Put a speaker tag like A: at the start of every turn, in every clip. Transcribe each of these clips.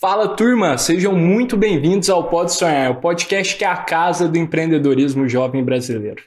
A: Fala turma, sejam muito bem-vindos ao Pode Sonhar, o podcast que é a casa do empreendedorismo jovem brasileiro.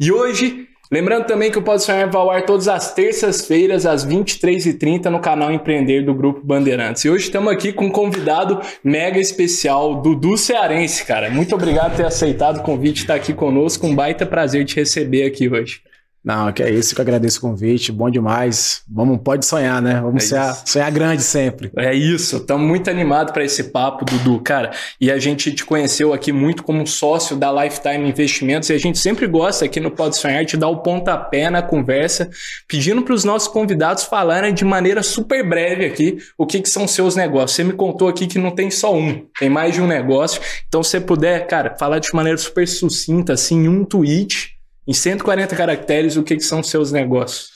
A: E hoje, lembrando também que o Pode Sonhar vai ao ar todas as terças-feiras, às 23h30, no canal Empreender do Grupo Bandeirantes. E hoje estamos aqui com um convidado mega especial, Dudu Cearense, cara. Muito obrigado por ter aceitado o convite e estar aqui conosco. Um baita prazer te receber aqui hoje.
B: Não, que é isso que eu agradeço o convite, bom demais. Vamos, pode sonhar, né? Vamos
A: É
B: sonhar,
A: isso.
B: sonhar grande sempre.
A: É isso, estamos muito animados para esse papo, Dudu, cara. E a gente te conheceu aqui muito como sócio da Lifetime Investimentos e a gente sempre gosta aqui no Pode Sonhar de dar o pontapé na conversa, pedindo para os nossos convidados falarem de maneira super breve aqui o que, que são seus negócios. Você me contou aqui que não tem só um, tem mais de um negócio. Então, se você puder, cara, falar de maneira super sucinta, assim, em um tweet, em 140 caracteres, o que, que são seus negócios.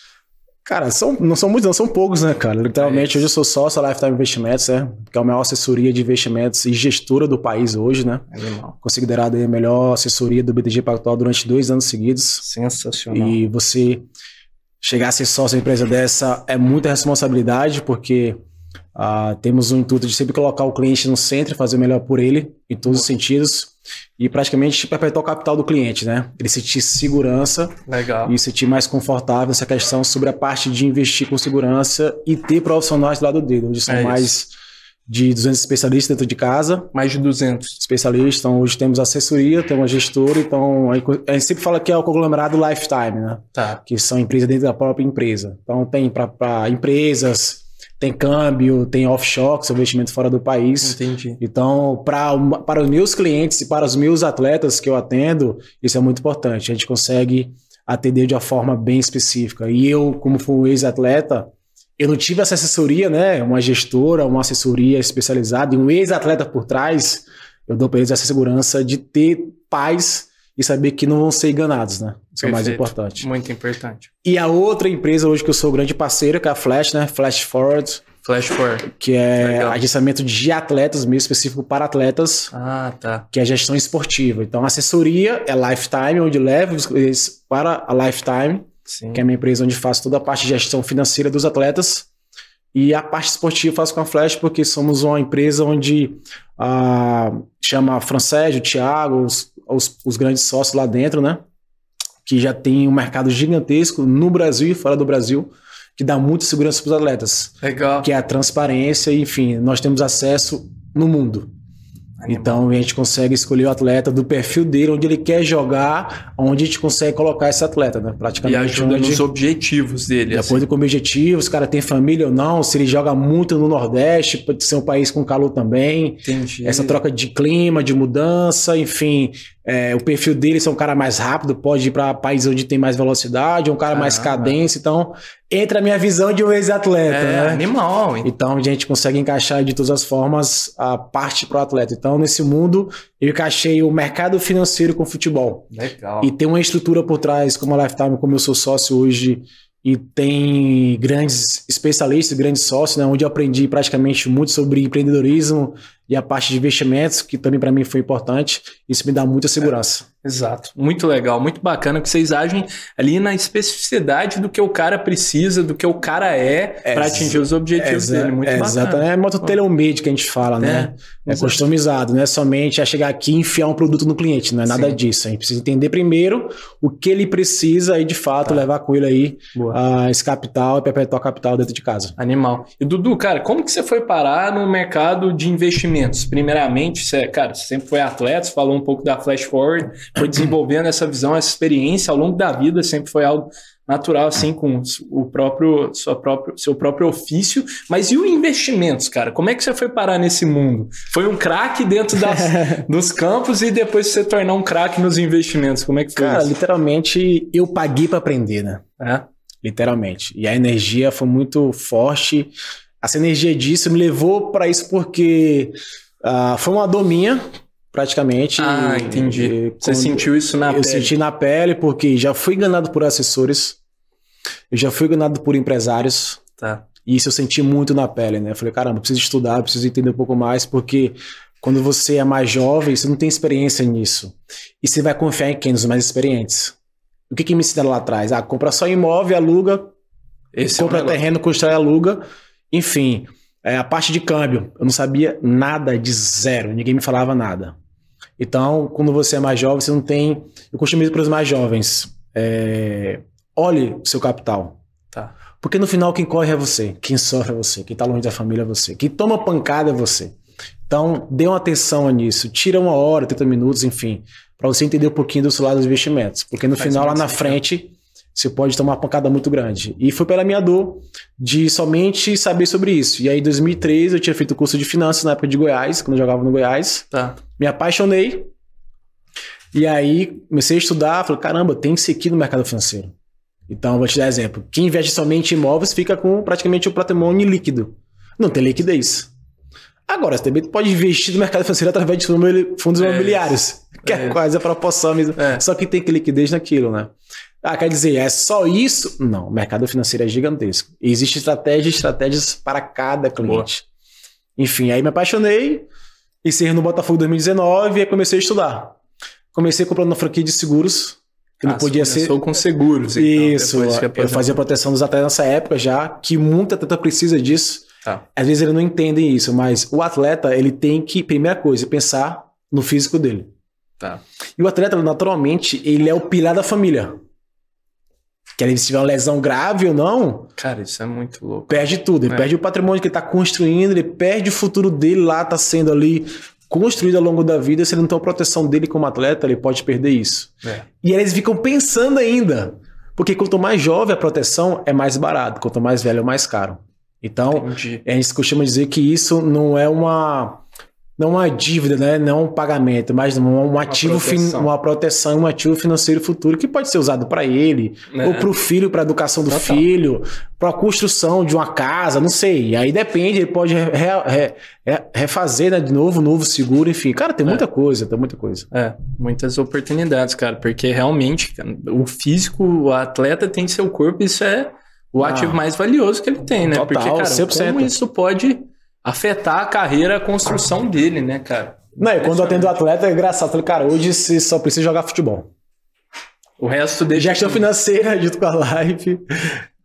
B: Cara, são, não são muitos, não, são poucos, né, cara?
A: É isso.
B: Literalmente, hoje eu sou sócio da Lifetime Investimentos, né? Que é a maior assessoria de investimentos e gestora do país hoje, né?
A: Animal.
B: Considerada aí a melhor assessoria do BTG Pactual durante dois anos seguidos.
A: Sensacional.
B: E você chegar a ser sócio de uma empresa dessa é muita responsabilidade, porque ah, temos o intuito de sempre colocar o cliente no centro e fazer o melhor por ele, em todos os sentidos, e praticamente perpetuar o capital do cliente, né? Ele sentir segurança
A: Legal.
B: e sentir mais confortável nessa questão sobre a parte de investir com segurança e ter profissionais do lado dele, onde são
A: É isso.
B: mais de 200 especialistas dentro de casa,
A: Mais de 200.
B: especialista. Então, hoje temos assessoria, temos gestora. Então, a gente- a gente sempre fala que é o conglomerado Lifetime, né?
A: Tá.
B: Que são empresas dentro da própria empresa. Então, tem para empresas, tem câmbio, tem offshore, que são investimentos fora do país.
A: Entendi.
B: Então, pra, uma- para os meus clientes e para os meus atletas que eu atendo, isso é muito importante. A gente consegue atender de uma forma bem específica. E eu, como fui um ex-atleta, eu não tive essa assessoria, né? Uma gestora, uma assessoria especializada e um ex-atleta por trás. Eu dou para eles essa segurança de ter paz e saber que não vão ser enganados, né? Isso é o mais
A: Perfeito.
B: importante.
A: Muito importante.
B: E a outra empresa hoje que eu sou grande parceiro, que é a Flash, né? Flash Forward,
A: Flash forward.
B: que é
A: Legal.
B: agenciamento de atletas, meio específico para atletas
A: Ah, tá.
B: que é gestão esportiva. Então, a assessoria é Lifetime, onde levo eles para a Lifetime,
A: Sim.
B: que é a minha empresa onde faço toda a parte de gestão financeira dos atletas. E a parte esportiva eu faço com a Flash, porque somos uma empresa onde ah, chama Francésio, Thiago, os, os- os grandes sócios lá dentro, né? Que já tem um mercado gigantesco no Brasil e fora do Brasil, que dá muita segurança para os atletas,
A: Legal.
B: que é a transparência, enfim, nós temos acesso no mundo.
A: Animal.
B: Então a gente consegue escolher o atleta do perfil dele, onde ele quer jogar, onde a gente consegue colocar esse atleta, né?
A: e
B: Praticamente.
A: ajuda
B: onde,
A: nos objetivos dele.
B: de
A: assim.
B: acordo com objetivos, o cara tem família ou não, se ele joga muito no Nordeste, pode ser um país com calor também.
A: Entendi.
B: Essa troca de clima, de mudança, enfim, é, o perfil dele se é um cara mais rápido, pode ir para países onde tem mais velocidade, é um cara mais
A: Caramba.
B: cadência. Então, entra a minha visão de um ex-atleta,
A: é,
B: né?
A: animal. hein?
B: Então a gente consegue encaixar de todas as formas a parte pro atleta. Então, nesse mundo, eu encaixei o mercado financeiro com o futebol.
A: Legal.
B: E tem uma estrutura por trás, como a Lifetime, como eu sou sócio hoje, e tem grandes especialistas, grandes sócios, né, onde eu aprendi praticamente muito sobre empreendedorismo e a parte de investimentos, que também para mim foi importante. Isso me dá muita segurança.
A: Exato. Muito legal, muito bacana que vocês agem ali na especificidade do que o cara precisa, do que o cara é,
B: É,
A: pra atingir os objetivos
B: Exa-
A: dele. Muito
B: é,
A: bacana.
B: Exatamente. É moto tailor-made que a gente fala, né? É
A: Exato.
B: customizado, não é somente a chegar aqui e enfiar um produto no cliente, não é nada
A: Sim.
B: disso. A gente precisa entender primeiro o que ele precisa e de fato levar com ele aí
A: Boa.
B: ah, esse capital e perpetuar capital dentro de casa.
A: Animal. E Dudu, cara, como que você foi parar no mercado de investimentos? Primeiramente, você, cara, você sempre foi atleta, você falou um pouco da Flash Forward, foi desenvolvendo essa visão, essa experiência ao longo da vida, sempre foi algo natural, assim, com o próprio, sua próprio, seu próprio ofício. Mas e o investimentos, cara? Como é que você foi parar nesse mundo? Foi um craque dentro das, dos campos e depois você tornar um craque nos investimentos. Como é que foi
B: Cara,
A: isso?
B: literalmente eu paguei para aprender, né?
A: É?
B: Literalmente. E a energia foi muito forte. Essa energia disso me levou para isso porque ah, foi uma dor minha, praticamente.
A: Ah, entendi.
B: E
A: Você
B: quando-
A: sentiu isso na
B: eu
A: pele?
B: senti na pele porque já fui enganado por assessores, eu já fui enganado por empresários,
A: Tá.
B: e isso eu senti muito na pele, né? Eu falei, caramba, eu preciso estudar, eu preciso entender um pouco mais, porque quando você é mais jovem, você não tem experiência nisso. E você vai confiar em quem? Nos mais experientes. O que, que me ensinaram lá atrás? Ah, compra só imóvel, aluga,
A: Esse é o
B: compra
A: negócio.
B: terreno, constrói, aluga, enfim. É, a parte de câmbio, eu não sabia nada de zero, ninguém me falava nada. Então, quando você é mais jovem, você não tem. Eu costumo dizer para os mais jovens: é, olhe o seu capital.
A: Tá.
B: Porque no final, quem corre é você, quem sofre é você, quem está longe da família é você, quem toma pancada é você. Então, dê uma atenção nisso. Tira uma hora, 30 minutos, enfim, para você entender um pouquinho do seu lado dos investimentos. Porque no
A: Faz
B: final, lá
A: muito
B: na
A: sentido.
B: frente, você pode tomar uma pancada muito grande. E foi pela minha dor de somente saber sobre isso. E aí, em 2003, eu tinha feito o curso de finanças na época de Goiás, quando eu jogava no Goiás
A: Tá.
B: me apaixonei. E aí comecei a estudar, falei, caramba, tem isso aqui no mercado financeiro. Então, vou te dar exemplo. Quem investe somente em imóveis fica com praticamente o patrimônio líquido. Não tem liquidez. Agora, você também pode investir no mercado financeiro através de fundo- fundos
A: É.
B: imobiliários, que é,
A: É.
B: quase a proporção mesmo.
A: É.
B: Só que tem que liquidez naquilo, né? Ah, quer dizer, é só isso? Não, o mercado financeiro é gigantesco. Existem estratégias, estratégias para cada cliente. Enfim, aí me apaixonei, encerrei no Botafogo 2019 e aí comecei a estudar. Comecei comprando uma franquia de seguros, que não
A: Ah,
B: podia
A: você
B: ser.
A: começou com seguros.
B: Isso,
A: Então, depois que
B: eu fazia proteção dos atletas nessa época já, que muita atleta precisa disso.
A: Tá.
B: Às vezes eles não entendem isso, mas o atleta, ele tem que, primeira coisa, pensar no físico dele.
A: Tá.
B: E o atleta, naturalmente, ele é o pilar da família. Que aí, se tiver uma lesão grave ou não,
A: Cara, isso é muito louco.
B: perde tudo. Ele
A: É.
B: perde o patrimônio que ele está construindo, ele perde o futuro dele lá, está sendo ali construído ao longo da vida. Se ele não tem a proteção dele como atleta, ele pode perder isso.
A: É.
B: E eles ficam pensando ainda. Porque quanto mais jovem a proteção, é mais barato. Quanto mais velho, é mais caro. Então,
A: Entendi.
B: a gente costuma dizer que isso não é uma não é uma dívida, né? não é um pagamento, mas um, um ativo, fin-
A: proteção.
B: uma proteção, um ativo financeiro futuro que pode ser usado para ele,
A: É.
B: ou para o filho, para a educação do
A: Total.
B: filho, para a construção de uma casa, não sei. Aí depende, ele pode re- re- re- refazer né, de novo, novo seguro, enfim. Cara, tem muita coisa, tem muita coisa.
A: É, muitas oportunidades, cara, porque realmente cara, o físico, o atleta tem seu corpo, isso é o
B: Ah.
A: ativo mais valioso que ele tem, né?
B: Total,
A: porque, cara,
B: 100%.
A: como isso pode afetar a carreira, a construção dele, né, cara?
B: Não, e quando eu atendo atleta, é engraçado. Eu Falei, cara, hoje você só precisa jogar futebol.
A: O resto dele. é
B: Gestão financeira junto com a live,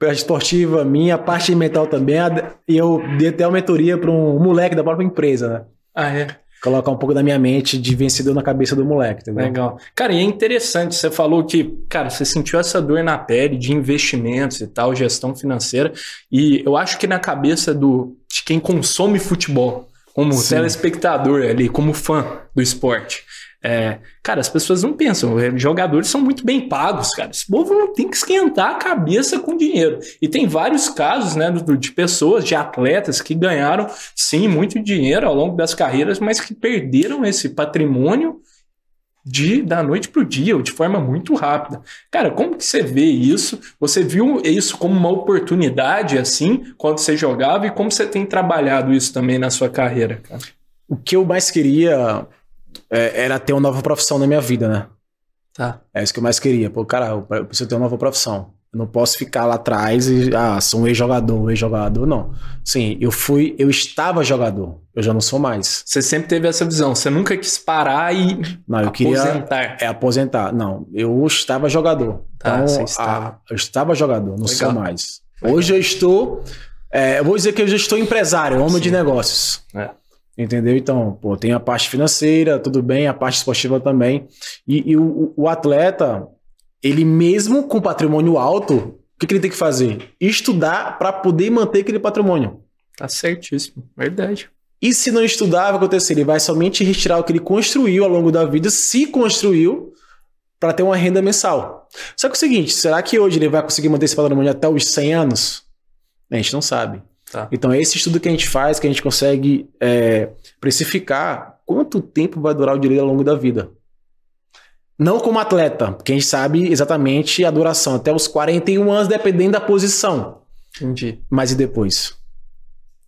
B: a esportiva minha, a parte mental também. a- E eu dei até uma mentoria para um moleque da própria empresa, né?
A: Ah, é.
B: Colocar um pouco da minha mente de vencedor na cabeça do moleque, entendeu?
A: Legal. Cara, e é interessante, você falou que, cara, você sentiu essa dor na pele de investimentos e tal, gestão financeira, e eu acho que na cabeça do de quem consome futebol, como
B: Sim.
A: telespectador ali, como fã do esporte, é, cara, as pessoas não pensam, os jogadores são muito bem pagos, cara. Esse povo não tem que esquentar a cabeça com dinheiro. E tem vários casos, né, do- de pessoas, de atletas que ganharam, sim, muito dinheiro ao longo das carreiras, mas que perderam esse patrimônio de da noite para o dia, ou de forma muito rápida. Cara, como que você vê isso? Você viu isso como uma oportunidade assim, quando você jogava, e como você tem trabalhado isso também na sua carreira, cara?
B: O que eu mais queria é, era ter uma nova profissão na minha vida, né?
A: Tá.
B: É isso que eu mais queria. Pô, cara, eu eu preciso ter uma nova profissão. Eu não posso ficar lá atrás e, ah, sou um ex-jogador, um ex-jogador, não. Sim, eu fui, eu estava jogador, eu já não sou mais.
A: Você sempre teve essa visão, você nunca quis parar e
B: Não, eu queria.
A: aposentar.
B: É aposentar. Não, eu estava jogador.
A: Tá,
B: então,
A: você estava.
B: ah, eu estava jogador, não sou
A: Legal.
B: mais. Hoje eu estou. é, eu vou dizer que eu já estou empresário, homem de
A: Sim.
B: negócios.
A: É.
B: Entendeu? Então, pô, tem a parte financeira, tudo bem, a parte esportiva também. E, e o, o atleta, ele mesmo com patrimônio alto, o que, que ele tem que fazer? Estudar para poder manter aquele patrimônio.
A: Tá certíssimo, verdade.
B: E se não estudar, vai acontecer. Ele vai somente retirar o que ele construiu ao longo da vida, se construiu, para ter uma renda mensal. Só que é o seguinte: será que hoje ele vai conseguir manter esse patrimônio até os 100 anos? A gente não sabe.
A: Tá.
B: Então, é esse estudo que a gente faz, que a gente consegue é, precificar quanto tempo vai durar o direito ao longo da vida. Não como atleta, porque a gente sabe exatamente a duração, até os 41 anos, dependendo da posição.
A: Entendi.
B: Mas e depois?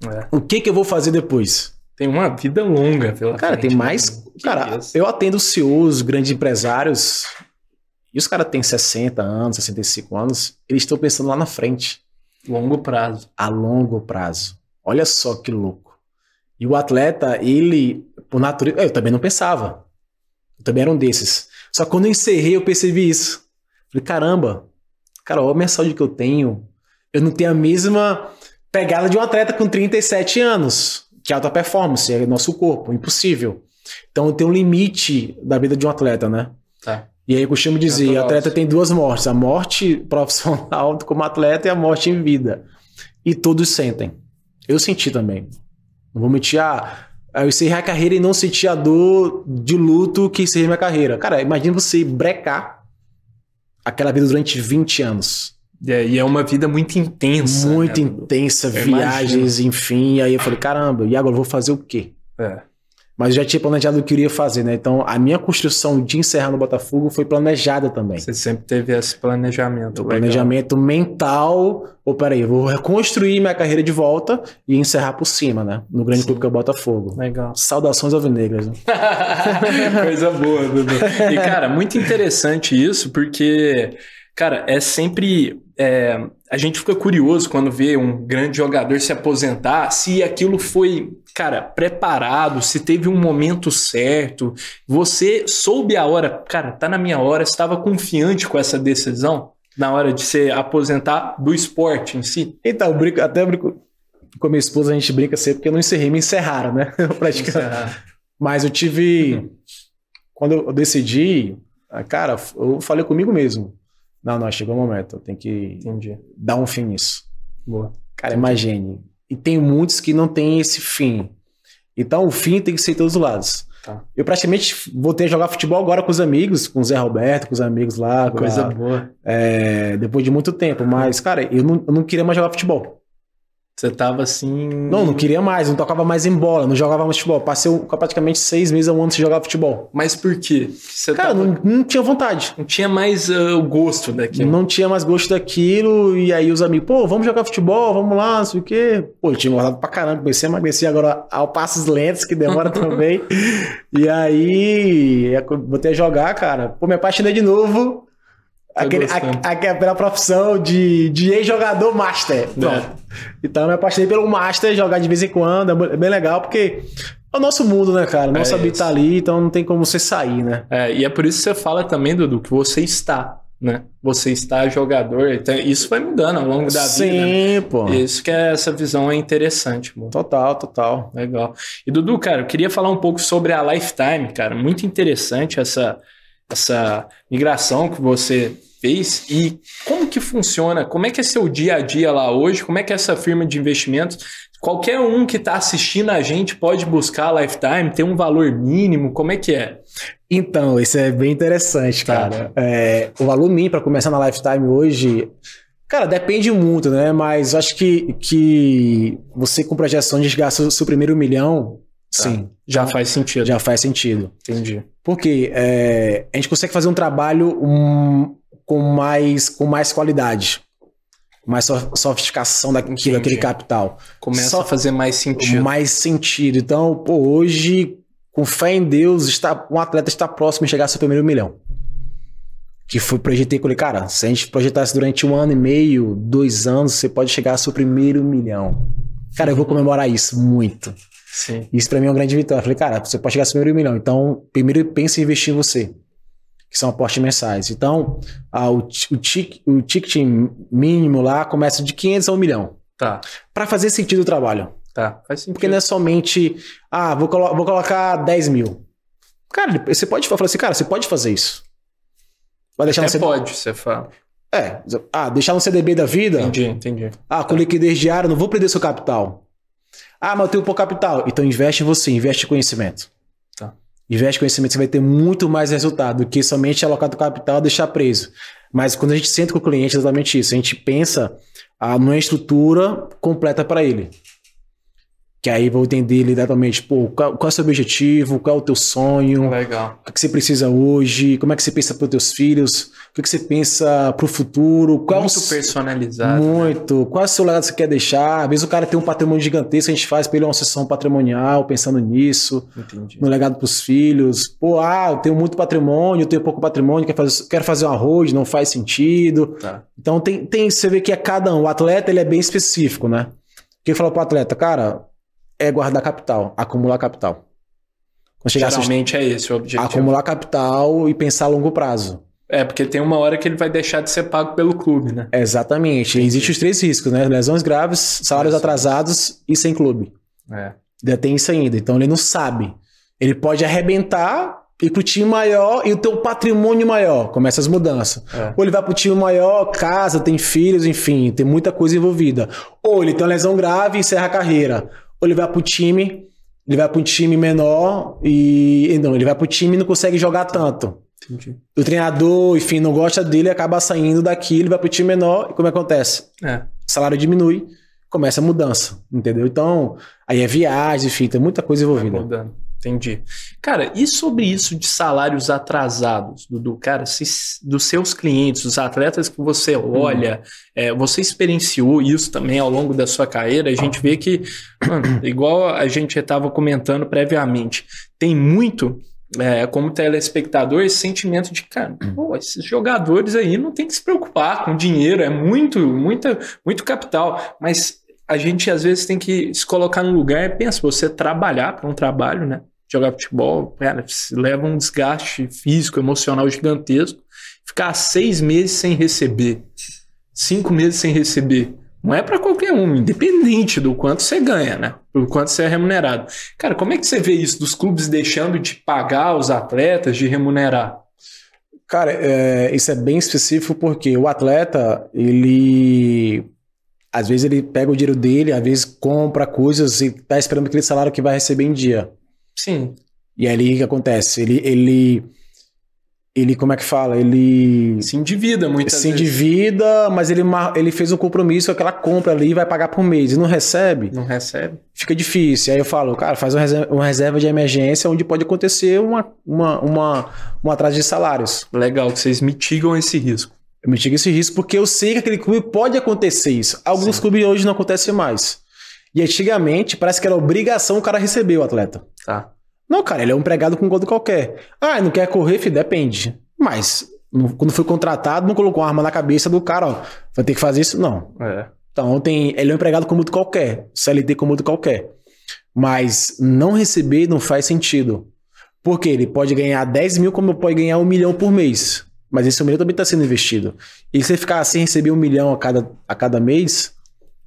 A: É.
B: O que, que eu vou fazer depois?
A: Tem uma vida longa pela
B: Então, Cara,
A: frente,
B: tem
A: né?
B: mais.
A: Que
B: cara,
A: isso.
B: eu atendo CEOs, grandes empresários, e os caras têm 60 anos, 65 anos, eles estão pensando lá na frente,
A: longo prazo.
B: a longo prazo. Olha só que louco. E o atleta, ele, por natureza. Eu também não pensava. Eu também era um desses. Só que quando eu encerrei, eu percebi isso. Falei, caramba, cara, olha a minha saúde que eu tenho. Eu não tenho a mesma pegada de um atleta com 37 anos, que é alta performance, é nosso corpo, impossível. Então tem um limite da vida de um atleta, né?
A: Tá.
B: E aí eu costumo dizer,
A: Natural.
B: atleta tem duas mortes, a morte profissional como atleta e a morte em vida. E todos sentem. Eu senti também. Não vou mentir, ah, eu encerrei a carreira e não senti a dor de luto que encerrei minha carreira. Cara, imagina você brecar aquela vida durante 20 anos
A: É, e é uma vida muito intensa.
B: muito
A: né?
B: intensa,
A: Eu
B: viagens, enfim. Aí eu falei, caramba, e agora eu vou fazer o quê?
A: É.
B: Mas eu já tinha planejado o que eu iria fazer, né? Então a minha construção de encerrar no Botafogo foi planejada também.
A: Você sempre teve esse planejamento. legal.
B: Planejamento mental. Ou peraí, eu vou reconstruir minha carreira de volta e encerrar por cima, né? No grande
A: Sim.
B: clube que é o Botafogo.
A: Legal.
B: Saudações alvinegras. Né?
A: Coisa boa, Dudu. E, cara, muito interessante isso, porque, cara, é sempre. é, a gente fica curioso quando vê um grande jogador se aposentar, se aquilo foi, cara, preparado, se teve um momento certo, você soube a hora, cara, tá na minha hora, estava confiante com essa decisão na hora de se aposentar do esporte em si.
B: Então, eu brinco, até eu brinco com a minha esposa, a gente brinca sempre porque eu não encerrei, me encerraram, né? Praticamente. Mas eu tive.
A: Uhum.
B: Quando eu decidi, ah, cara, eu falei comigo mesmo. Não, não, chegou o momento, eu tenho que
A: Entendi.
B: dar um fim nisso.
A: Boa.
B: Cara, é imagine. E tem muitos que não têm esse fim. Então o fim tem que ser de todos os lados.
A: Tá.
B: Eu praticamente voltei a jogar futebol agora com os amigos, com o Zé Roberto, com os amigos lá. com
A: Coisa
B: a-
A: boa.
B: é, depois de muito tempo, mas, cara, eu não, eu não queria mais jogar futebol.
A: Você tava assim.
B: Não, não queria mais, não tocava mais em bola, não jogava mais futebol. Passei um- praticamente seis meses a um ano sem jogar futebol.
A: Mas por quê? Você
B: Cara,
A: tava-
B: eu não, não tinha vontade.
A: Não tinha mais ah, o gosto daquilo.
B: Não tinha mais gosto daquilo, e aí os amigos, pô, vamos jogar futebol, vamos lá, não sei o quê. Pô, eu tinha engordado pra caramba, comecei a emagrecer agora ao passos lentos, que demora também. E aí, eu botei a jogar, cara. Pô, me apaixonei de novo.
A: Tá
B: Aquele,
A: gostando.
B: a, a- pela profissão de, de ex-jogador
A: É.
B: master. Pronto. Então eu me apaixonei pelo master, jogar de vez em quando, é mu- é bem legal, porque é o nosso mundo, né, cara? O nosso
A: É
B: hábito tá
A: isso.
B: ali, então não tem como você sair, né?
A: É, e é por isso que você fala também, Dudu, que você está, né? Você está jogador. Então, isso vai mudando ao longo da vida. né?
B: Sim, pô.
A: Isso que é, essa visão é interessante, mano.
B: Total, total.
A: Legal. E Dudu, cara, eu queria falar um pouco sobre a Lifetime, cara. Muito interessante essa, essa migração que você fez e como que funciona? Como é que é seu dia a dia lá hoje? Como é que é essa firma de investimentos? Qualquer um que está assistindo a gente pode buscar a Lifetime, tem um valor mínimo, como é que é?
B: Então, isso é bem interessante,
A: Tá.
B: cara. É, o valor mínimo para começar na Lifetime hoje, cara, depende muito, né? Mas eu acho que, que você com projeção de gastar o seu primeiro milhão,
A: Tá.
B: sim,
A: Já faz sentido.
B: já faz sentido.
A: Entendi.
B: Porque é, a gente consegue fazer um trabalho hum, com, mais, com mais qualidade, mais so- sofisticação daquilo,
A: Entendi.
B: daquele capital.
A: Começa
B: Só-
A: a fazer mais sentido.
B: mais sentido. Então, pô, hoje, com fé em Deus, está, um atleta está próximo de chegar ao seu primeiro milhão. Que foi projetei com ele, cara, se a gente projetasse durante um ano e meio, dois anos, você pode chegar ao seu primeiro milhão. Cara, eu vou comemorar isso muito.
A: Sim.
B: Isso pra mim é uma grande vitória. Eu falei, cara, você pode chegar ao seu primeiro milhão. Então, primeiro pensa em investir em você. Que são aportes mensais. Então, ah, o, ti- o, tic- o ticket mínimo lá começa de 500 a 1 milhão.
A: Tá,
B: Pra fazer sentido o trabalho.
A: tá. Faz sentido.
B: Porque não é somente, ah, vou, colo- vou colocar 10 mil. Cara, ele- você pode falar assim, cara, você pode fazer isso. Vai deixar
A: Até
B: no CDB.
A: pode, você fala.
B: É, ah, deixar no CDB da vida.
A: Entendi, entendi.
B: Ah, com liquidez diária, não vou perder seu capital. Ah, mas eu tenho pouco capital. Então investe em você, investe em conhecimento.
A: Tá.
B: Investe em conhecimento, você vai ter muito mais resultado do que somente alocar do capital e deixar preso. Mas quando a gente senta com o cliente, é exatamente isso. A gente pensa ah, numa estrutura completa para ele. Que aí eu vou entender ele exatamente, pô, qual, qual é o seu objetivo, qual é o teu sonho,
A: Legal.
B: o que que você precisa hoje, como é que você pensa para os teus filhos, o que que você pensa para o futuro, qual é o
A: Muito
B: s-
A: personalizado.
B: muito. Qual é o seu legado que você quer deixar? Às vezes o cara tem um patrimônio gigantesco, a gente faz pra ele uma sessão patrimonial, pensando nisso,
A: Entendi.
B: no legado pros filhos. Pô, ah, eu tenho muito patrimônio, eu tenho pouco patrimônio, quero fazer, quero fazer um arroz, não faz sentido.
A: Tá.
B: Então tem, tem, você vê que é cada um. O atleta, ele é bem específico, né? O que eu falo pro atleta, cara, é guardar capital, acumular capital. Quando chegar a sua-
A: Geralmente é esse o objetivo.
B: acumular capital e pensar a longo prazo.
A: É, porque tem uma hora que ele vai deixar de ser pago pelo clube, né?
B: Exatamente. Existem os três riscos, né? Lesões graves, salários
A: Lesões.
B: atrasados e sem clube.
A: É.
B: Ainda tem isso ainda. Então ele não sabe. Ele pode arrebentar, ir pro time maior e o teu patrimônio maior. Começa as mudanças.
A: É.
B: Ou ele vai pro time maior, casa, tem filhos, enfim, tem muita coisa envolvida. Ou ele tem uma lesão grave e encerra a carreira. Ou ele vai pro time, ele vai pro time menor e. e Não, ele vai pro time e não consegue jogar tanto.
A: Entendi.
B: O treinador, enfim, não gosta dele, acaba saindo daqui, ele vai pro time menor e como acontece?
A: É.
B: O salário diminui, começa a mudança, entendeu? Então, aí é viagem, enfim, tem muita coisa
A: Vai
B: envolvida.
A: mudando. Tá Entendi. Cara, e sobre isso de salários atrasados, Dudu? Cara, se- dos seus clientes, dos atletas que você olha, é, você experienciou isso também ao longo da sua carreira? A gente vê que, mano, igual a gente estava comentando previamente, tem muito. é, como telespectador, esse sentimento de, cara, pô, esses jogadores aí não tem que se preocupar com dinheiro, é muito, muita, muito capital. Mas a gente às vezes tem que se colocar no lugar e pensa, você trabalhar para um trabalho, né? Jogar futebol, cara, se leva um desgaste físico, emocional gigantesco. Ficar seis meses sem receber, cinco meses sem receber, não é para qualquer um, independente do quanto você ganha, né? Do quanto você é remunerado. Cara, como é que você vê isso dos clubes deixando de pagar os atletas, de remunerar?
B: Cara, é, isso é bem específico porque o atleta, ele. Às vezes ele pega o dinheiro dele, às vezes compra coisas e tá esperando aquele salário que vai receber em dia.
A: Sim,
B: E aí o que acontece? Ele. Ele, ele como é que fala? Ele.
A: se endivida muitas
B: se
A: vezes.
B: endivida, mas ele, mar- ele fez um compromisso com aquela compra ali e vai pagar por mês e não recebe,
A: Não recebe.
B: fica difícil. Aí eu falo, cara, faz uma reserva, uma reserva de emergência onde pode acontecer uma, uma, uma, um atraso de salários.
A: Legal que vocês mitigam esse risco.
B: Eu mitigo esse risco porque eu sei que aquele clube pode acontecer isso. Alguns
A: Sim.
B: clubes hoje não acontece mais. E antigamente parece que era obrigação o cara receber o atleta.
A: Tá.
B: Não, cara, ele é um empregado com um gol qualquer. Ah, não quer correr, filho? Depende. Mas não- quando foi contratado, não colocou uma arma na cabeça do cara, ó, vai ter que fazer isso? Não.
A: É.
B: Então, tem, ele é um empregado como outro qualquer, CLT como outro qualquer. Mas não receber não faz sentido. Porque ele pode ganhar 10 mil, como pode ganhar um milhão por mês. Mas esse um milhão também está sendo investido. E se ele ficar sem receber um milhão a cada, a cada mês,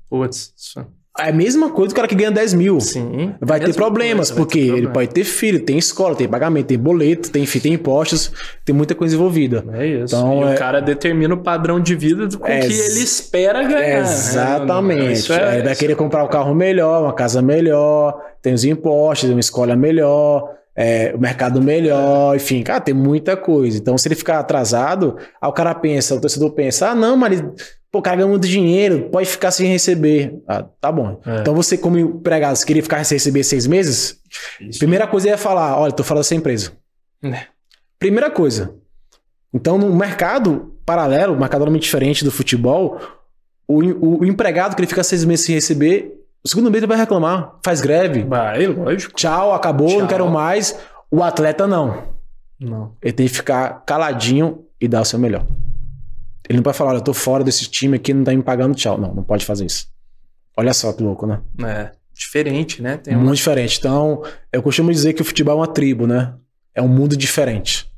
A: Putz, isso
B: é a mesma coisa do cara que ganha 10 mil.
A: Sim.
B: Vai ter
A: Mesma
B: problemas,
A: coisa, vai
B: porque
A: ter
B: ele
A: problema.
B: pode ter filho, tem escola, tem pagamento, tem boleto, tem, fi- tem impostos, tem muita coisa envolvida.
A: É isso.
B: Então,
A: e
B: é-
A: o cara determina o padrão de vida do com
B: É
A: que
B: ex-
A: ele espera ganhar. né?
B: Exatamente.
A: Isso
B: Aí
A: é,
B: vai
A: isso
B: querer comprar um carro melhor, uma casa melhor, tem os impostos, uma escola melhor, é, o mercado melhor, enfim, cara, tem muita coisa. Então, se ele ficar atrasado, aí o cara pensa, o torcedor pensa, ah, não, mas ele, pô, o cara ganha muito dinheiro, pode ficar sem receber. Ah, tá bom.
A: É.
B: Então, você, como empregado, se queria ficar sem receber seis meses,
A: Difícil.
B: primeira coisa é falar, olha, tô falando sem empresa.
A: É.
B: Primeira coisa. Então, no mercado paralelo, um mercado totalmente diferente do futebol, o, o- o empregado que ele fica seis meses sem receber, o segundo mês ele vai reclamar, faz greve,
A: Vai, lógico.
B: tchau, acabou, não
A: Tchau.
B: quero mais. O atleta não.
A: Não.
B: Ele tem que ficar caladinho e dar o seu melhor. Ele não pode falar, olha, eu tô fora desse time aqui, não tá me pagando, tchau. Não, não pode fazer isso. Olha só que louco, né?
A: É diferente, né? Tem
B: É
A: uma...
B: muito diferente. Então, eu costumo dizer que o futebol é uma tribo, né? É um mundo diferente.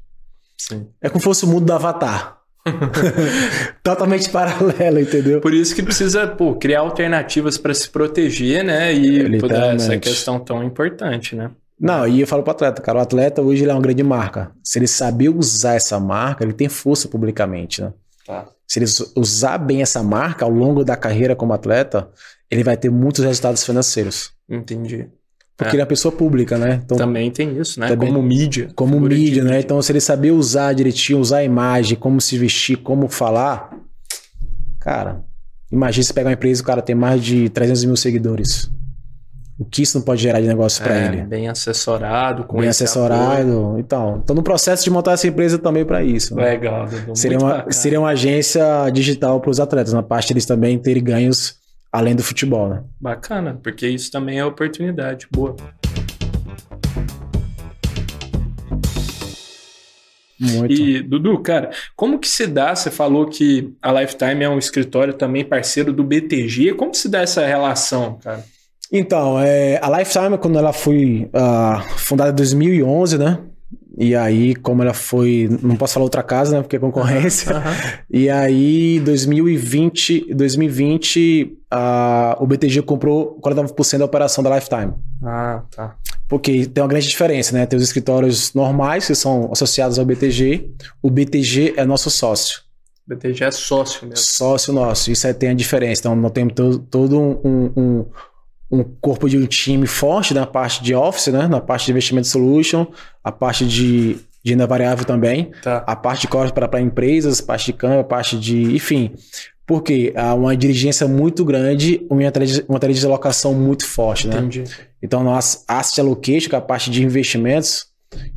A: Sim.
B: É como se fosse o mundo do Avatar. Totalmente paralelo, entendeu?
A: Por isso que precisa pô, criar alternativas para se proteger, né? E toda essa
B: É, literalmente.
A: questão tão importante, né?
B: Não, e eu falo pro atleta, cara, o atleta hoje ele é uma grande marca. Se ele saber usar essa marca, ele tem força publicamente, né?
A: Tá.
B: Se ele us- usar bem essa marca ao longo da carreira como atleta, ele vai ter muitos resultados financeiros.
A: Entendi.
B: Porque
A: É.
B: ele é uma pessoa pública, né? Então,
A: Também tem isso, né?
B: Também-
A: Como mídia.
B: como
A: figura de
B: mídia, né? Então, se ele saber usar direitinho, usar a imagem, como se vestir, como falar, cara, imagina se pegar uma empresa e o cara tem mais de 300 mil seguidores. O que isso não pode gerar de negócio pra
A: É, tá
B: ele?
A: Bem assessorado, com
B: Bem
A: esse
B: assessorado. Então, tô no processo de montar essa empresa também para isso.
A: apoio.
B: né?
A: Legal, Dudu.
B: Seria
A: É, muito
B: uma,
A: bacana.
B: seria uma agência digital para os atletas, na parte deles também terem ganhos além do futebol, né?
A: Bacana, porque isso também é oportunidade. Boa.
B: Muito.
A: E, Dudu, cara, como que se dá? Você falou que a Lifetime é um escritório também parceiro do BTG. Como que se dá essa relação, cara?
B: Então, é, a Lifetime, quando ela foi ah, fundada em 2011, né? E aí, como ela foi. Não posso falar outra casa, né? Porque é concorrência.
A: Aham.
B: E aí, 2020, 2020 a, ah, o BTG comprou 49% da operação da Lifetime.
A: Ah, tá.
B: Porque tem uma grande diferença, né? Tem os escritórios normais, que são associados ao BTG. O BTG é nosso sócio.
A: BTG é sócio mesmo.
B: Sócio nosso. Isso aí tem a diferença. Então, nós temos to- todo um, um, um corpo de um time forte na parte de office, né? Na parte de investimento solution, a parte de, de renda variável também
A: Tá.
B: a parte de corte para empresas, parte de câmbio, parte de. Enfim. Porque há uma dirigência muito grande, uma tele- uma telelocação muito forte, né?
A: Entendi.
B: Então, no ass- asset allocation, que é a parte de investimentos,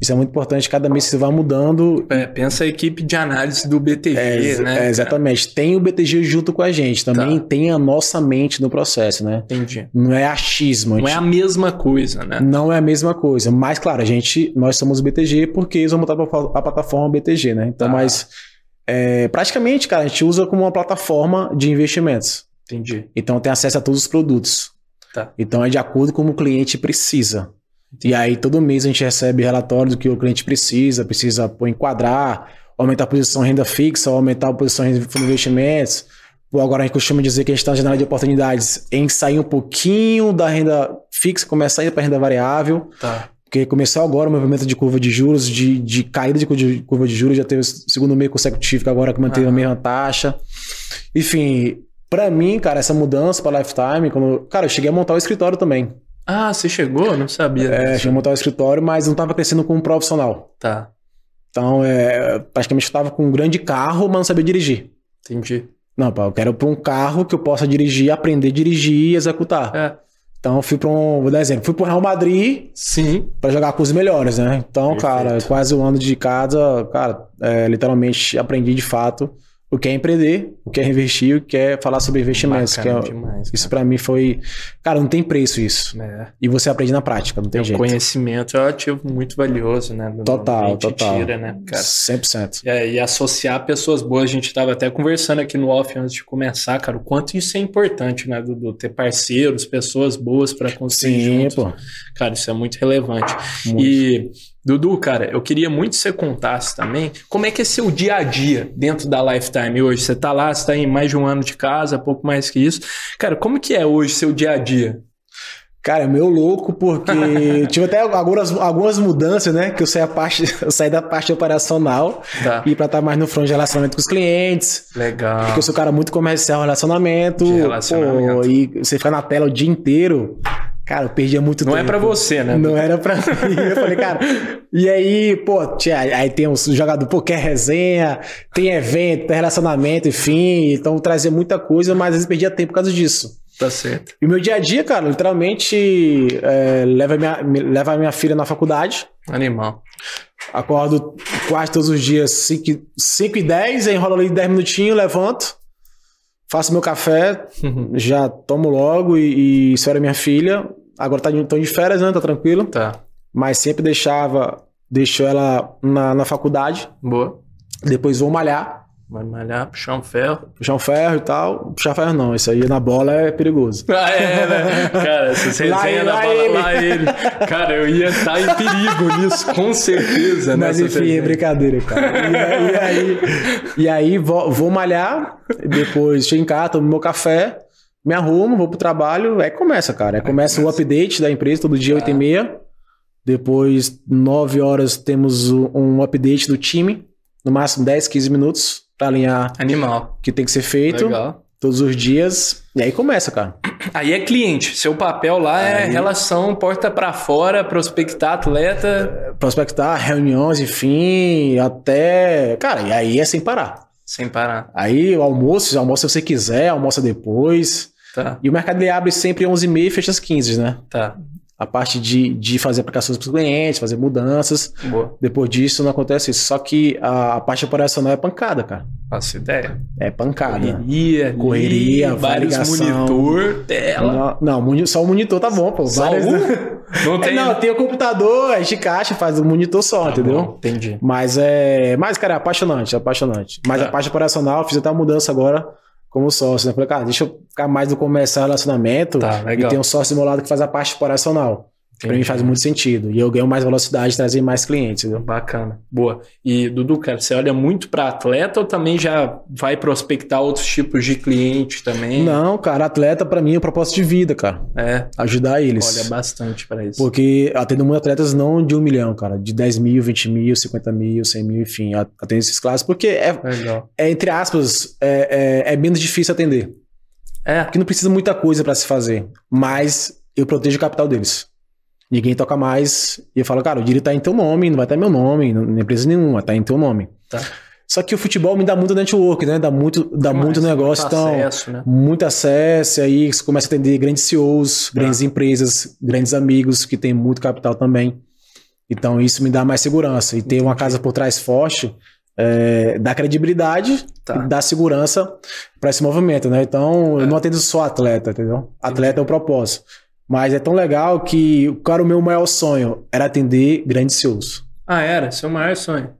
B: isso é muito importante. Cada mês você vai mudando.
A: É, pensa a equipe de análise do BTG,
B: É, ex-
A: né? Tá.
B: é, exatamente. Tem o BTG junto com a gente. Também tem a nossa mente no processo, né?
A: Entendi.
B: Não é achismo.
A: Não é a mesma coisa, né?
B: Não é a mesma coisa. Mas, claro, a gente, nós somos o BTG porque eles vão montar a a plataforma BTG, né? Então,
A: Tá.
B: mas é, praticamente, cara, a gente usa como uma plataforma de investimentos.
A: Entendi.
B: Então tem acesso a todos os produtos.
A: Tá.
B: Então é de acordo com o cliente precisa. E aí, todo mês a gente recebe relatório do que o cliente precisa, precisa pô, enquadrar, aumentar a posição em renda fixa, aumentar a posição em fundo de investimentos. Pô, agora a gente costuma dizer que a gente está na janela de oportunidades em sair um pouquinho da renda fixa, começar a ir para renda variável.
A: Tá.
B: Porque começou agora o movimento de curva de juros, de, de caída de cu- de curva de juros, já teve o segundo meio consecutivo, que agora que manteve a
A: Aham.
B: mesma taxa. Enfim, pra mim, cara, essa mudança pra Lifetime, quando, cara, eu cheguei a montar o escritório também.
A: Ah, você chegou? Não sabia.
B: É,
A: disso.
B: cheguei a montar o escritório, mas não tava crescendo como profissional.
A: Tá.
B: Então, é, praticamente eu tava com um grande carro, mas não sabia dirigir.
A: Entendi.
B: Não, pá, eu quero pra um carro que eu possa dirigir, aprender a dirigir e executar.
A: É.
B: Então, eu fui pra um, vou dar exemplo, fui pro Real Madrid,
A: Sim.
B: Pra jogar com os melhores, né? Então,
A: Perfeito.
B: cara, quase um ano de casa, cara, é, literalmente aprendi de fato o que é empreender, o que é investir, o que é falar sobre investimentos. que é-
A: Bacana demais.
B: isso pra mim foi, cara, não tem preço isso.
A: É.
B: E você aprende na prática, não tem
A: o
B: jeito.
A: conhecimento é um ativo muito valioso, né? Do-
B: Total,
A: a gente
B: total.
A: tira, né, cara?
B: 100%.
A: É, e associar pessoas boas, a gente estava até conversando aqui no off antes de começar, cara, o quanto isso é importante, né, Dudu? Ter parceiros, pessoas boas para construir
B: Sim,
A: juntos.
B: pô.
A: Cara, isso é muito relevante.
B: muito.
A: E, Dudu, cara, eu queria muito que você contasse também como é que é seu dia a dia dentro da Lifetime hoje. Você tá lá, você tá em mais de um ano de casa, pouco mais que isso. Cara, como que é hoje seu dia a dia?
B: Cara, meu louco, porque tive até algumas, algumas mudanças, né? Que eu saí, a parte, eu saí da parte operacional
A: Tá.
B: e pra estar mais no front de relacionamento com os clientes.
A: Legal.
B: Porque eu sou um cara muito comercial, relacionamento.
A: De relacionamento.
B: pô, e você ficar na tela o dia inteiro. Cara, eu perdia muito
A: Não
B: tempo.
A: é pra você, né?
B: Não era pra mim. Eu falei, cara. E aí, pô, tinha, aí tem uns jogador, pô, quer resenha, tem evento, tem relacionamento, enfim. Então trazia muita coisa, mas às vezes perdia tempo por causa disso.
A: Tá certo.
B: E o meu dia a dia, cara, literalmente é, leva, minha, me- leva a minha filha na faculdade.
A: Animal.
B: Acordo quase todos os dias 5 e 10, aí enrolo ali 10 minutinhos, levanto, faço meu café,
A: Uhum.
B: já tomo logo e, e espero minha filha. Agora tá de, tô de férias, né? Tá tranquilo.
A: Tá.
B: Mas sempre deixava, deixou ela na, na faculdade,
A: Boa.
B: depois vou malhar,
A: Vai malhar, puxar um ferro.
B: puxar um ferro e tal. Puxar ferro não, isso aí na bola é perigoso.
A: Ah, é, né? Cara, se você
B: Lá
A: resenha
B: ele,
A: na
B: lá
A: bola,
B: ele.
A: lá ele. Cara, eu ia estar em perigo nisso, com certeza.
B: Mas
A: nessa
B: enfim, é
A: resenha.
B: brincadeira, cara. E aí, e aí, e aí vou, vou malhar, depois chego em casa, tomo meu café, me arrumo, vou pro trabalho, aí começa, cara. Aí começa o update da empresa, todo dia,
A: Tá.
B: 8 e meia. Depois, 9 horas, temos o- um update do time, no máximo 10, 15 minutos, pra alinhar
A: Animal.
B: o que tem que ser feito
A: Legal.
B: todos os dias. E aí começa, cara.
A: Aí é cliente. Seu papel lá é
B: Aí-
A: relação porta pra fora, prospectar atleta,
B: Prospectar, reuniões, enfim, até. Cara, e aí é sem parar.
A: sem parar.
B: Aí o almoço, almoça se você quiser, almoça depois.
A: Tá,
B: E o mercado ele abre sempre 11h30 e fecha às 15 né?
A: tá.
B: A parte de, de fazer aplicações para os clientes, fazer mudanças.
A: Boa.
B: Depois disso não acontece isso. Só que a, a parte operacional é pancada, cara.
A: Faço ideia.
B: É pancada.
A: Correria,
B: Correria,
A: correria, vários
B: ligação.
A: monitor, tela.
B: Não, não, moni- só o monitor tá bom, pô.
A: Só
B: Várias-
A: um? Não
B: É,
A: tem.
B: não, tem o computador, a gente caixa, faz o monitor só,
A: Tá
B: entendeu?
A: bom, Entendi.
B: Mas é. Mas, cara, é apaixonante, é apaixonante. Mas
A: Tá.
B: a parte operacional, eu fiz até uma mudança agora como sócio, né? Falei, cara, deixa eu ficar mais no comercial relacionamento.
A: Tá, legal.
B: E tem um sócio do meu lado que faz a parte operacional. Para mim faz muito sentido. E eu ganho mais velocidade, trazer mais clientes. Entendeu?
A: Bacana, boa. E Dudu, cara, você olha muito para atleta ou também já vai prospectar outros tipos de cliente também?
B: Não, cara, atleta para mim é propósito de vida, cara.
A: É,
B: Ajudar eles.
A: olha bastante para isso.
B: Porque atendo muito atletas não de um milhão, cara. De 10 mil, 20 mil, 50 mil, 100 mil, enfim. a- Atendo esses classes porque é,
A: Legal.
B: é, entre aspas, é, é- é menos difícil atender.
A: É,
B: Porque não precisa muita coisa pra se fazer. Mas eu protejo o capital deles. Ninguém toca mais. E eu falo, cara, o dinheiro tá em teu nome, não vai estar em meu nome, não- em empresa nenhuma, tá em teu nome.
A: Tá.
B: Só que o futebol me dá muito network, né? Dá muito, dá
A: Demais,
B: muito negócio.
A: muito
B: então,
A: É, acesso, né?
B: muito acesso, e aí você começa a atender grandes CEOs,
A: Tá.
B: grandes empresas, grandes amigos que têm muito capital também. Então isso me dá mais segurança. E ter uma casa por trás forte eh, dá credibilidade
A: Tá. É.
B: e dá segurança para esse movimento, né? Então eu não atendo só atleta, entendeu? Atleta é o propósito. Mas é tão legal que, cara, o meu maior sonho era atender grandes CEOs.
A: Ah, era, seu maior sonho.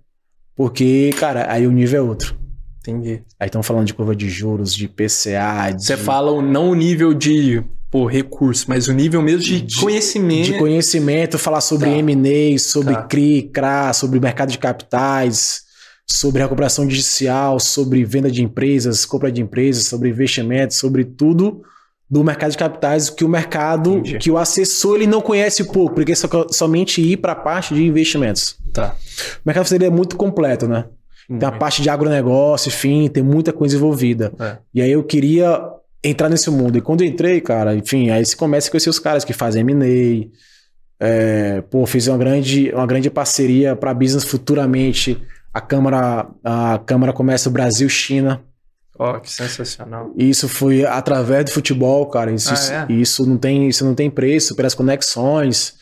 B: Porque, cara, aí o nível é outro.
A: Entendi.
B: Aí estão falando de curva de juros, de PCA, de
A: Você fala o- não o nível de pô, recurso, mas o nível mesmo de,
B: De-
A: conhecimento.
B: de conhecimento, falar sobre
A: Tá.
B: M&A, sobre
A: Tá.
B: CRI, CRA, sobre mercado de capitais, sobre recuperação judicial, sobre venda de empresas, compra de empresas, sobre investimentos, sobre tudo do mercado de capitais que o mercado,
A: Entendi.
B: que o assessor ele não conhece pouco, porque só, somente ir para a parte de investimentos.
A: Tá. Hum.
B: O mercado financeiro é muito completo, né? Tem a
A: Muito.
B: parte de agronegócio, enfim, tem muita coisa envolvida.
A: É.
B: E aí eu queria entrar nesse mundo. E quando eu entrei, cara, enfim, aí você começa a conhecer os caras que fazem M&A. É, pô, fiz uma grande, uma grande parceria para business futuramente. A Câmara, a Câmara Comércio Brasil-China.
A: Ó, que sensacional.
B: E isso foi através do futebol, cara. Isso,
A: Ah, é?
B: isso, não, tem, isso não tem preço, pelas conexões,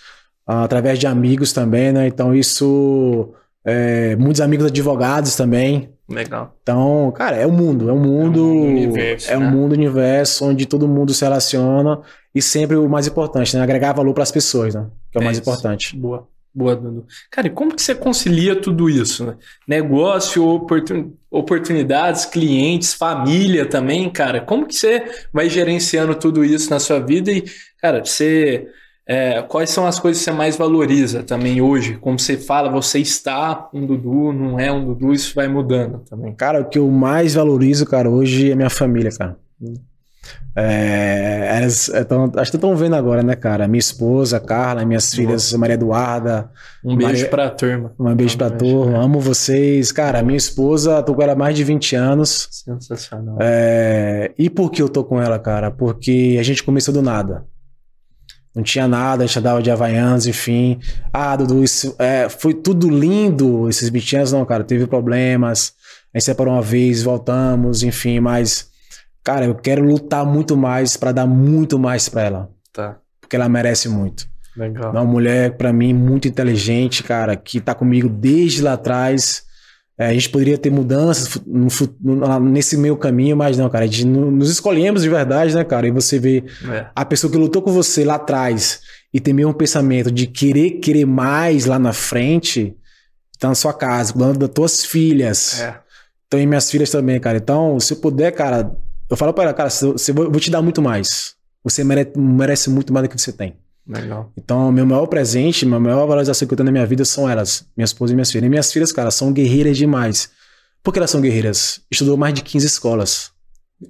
B: ah, através de amigos também, né? Então, isso. é, muitos amigos advogados também.
A: Legal.
B: Então, cara, é o mundo, é o
A: É
B: mundo,
A: um mundo universo,
B: é um
A: né?
B: mundo universo onde todo mundo se relaciona e sempre o mais importante, né, agregar valor para as pessoas, né, que é o
A: É
B: mais
A: isso.
B: importante.
A: Boa. Boa, Dudu. Cara, e como que você concilia tudo isso? Né? Negócio, oportun- oportunidades, clientes, família também, cara. Como que você vai gerenciando tudo isso na sua vida? E, cara, você. é, quais são as coisas que você mais valoriza também hoje? Como você fala, você está um Dudu, não é um Dudu, isso vai mudando também.
B: Cara, o que eu mais valorizo, cara, hoje é minha família, cara. É, elas estão, acho que estão vendo agora, né, cara? Minha esposa, Carla, minhas
A: Boa.
B: filhas, Maria Eduarda,
A: Um beijo
B: Mas-
A: para a turma.
B: um beijo pra
A: Um beijo,
B: turma,
A: cara.
B: amo vocês. Cara, minha esposa, tô com ela há mais de 20 anos.
A: Sensacional.
B: É, e por que eu tô com ela, cara? Porque a gente começou do nada. Não tinha nada, a gente andava de Havaianas, enfim. Ah, Dudu, isso é, foi tudo lindo esses 20 anos, não, cara. Teve problemas, a gente separou uma vez, voltamos, enfim, mas, cara, eu quero lutar muito mais pra dar muito mais pra ela.
A: Tá.
B: Porque ela merece muito.
A: Legal.
B: É uma mulher, pra mim, muito inteligente, cara, que tá comigo desde lá atrás. É, a gente poderia ter mudanças fu- no fu- no- nesse meio caminho, mas não, cara. A gente no- nos escolhemos de verdade, né, cara? E você vê
A: É.
B: a pessoa que lutou com você lá atrás e tem mesmo um pensamento de querer, querer mais lá na frente, tá na sua casa, cuidando das tuas filhas.
A: É.
B: Então, e minhas filhas também, cara. Então, se eu puder, cara, eu falo pra ela, cara, se eu, se eu vou eu vou te dar muito mais. Você mere- merece muito mais do que você tem.
A: Legal.
B: Então, meu maior presente, minha maior valorização que eu tenho na minha vida são elas, minha esposa e minhas filhas. E minhas filhas, cara, são guerreiras demais. Por que elas são guerreiras? Estudou mais de 15 escolas.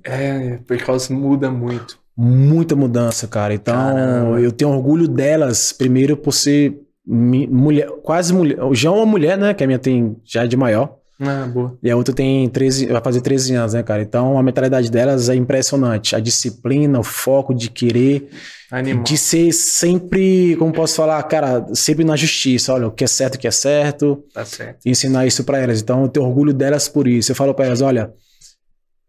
A: É, por causa muda muito.
B: Muita mudança, cara. Então,
A: Caramba.
B: eu tenho orgulho delas, primeiro, por ser mi- mulher, quase mulher. Já é uma mulher, né? Que a minha tem já é de maior.
A: Ah, boa.
B: E a outra tem 13, vai fazer 13 anos, né, cara? Então, a mentalidade delas é impressionante. A disciplina, o foco de querer.
A: Animal.
B: De ser sempre, como posso falar, cara, sempre na justiça. Olha, o que é certo, o que é certo.
A: Tá certo.
B: E ensinar isso pra elas. Então, eu tenho orgulho delas por isso. Eu falo pra elas, olha,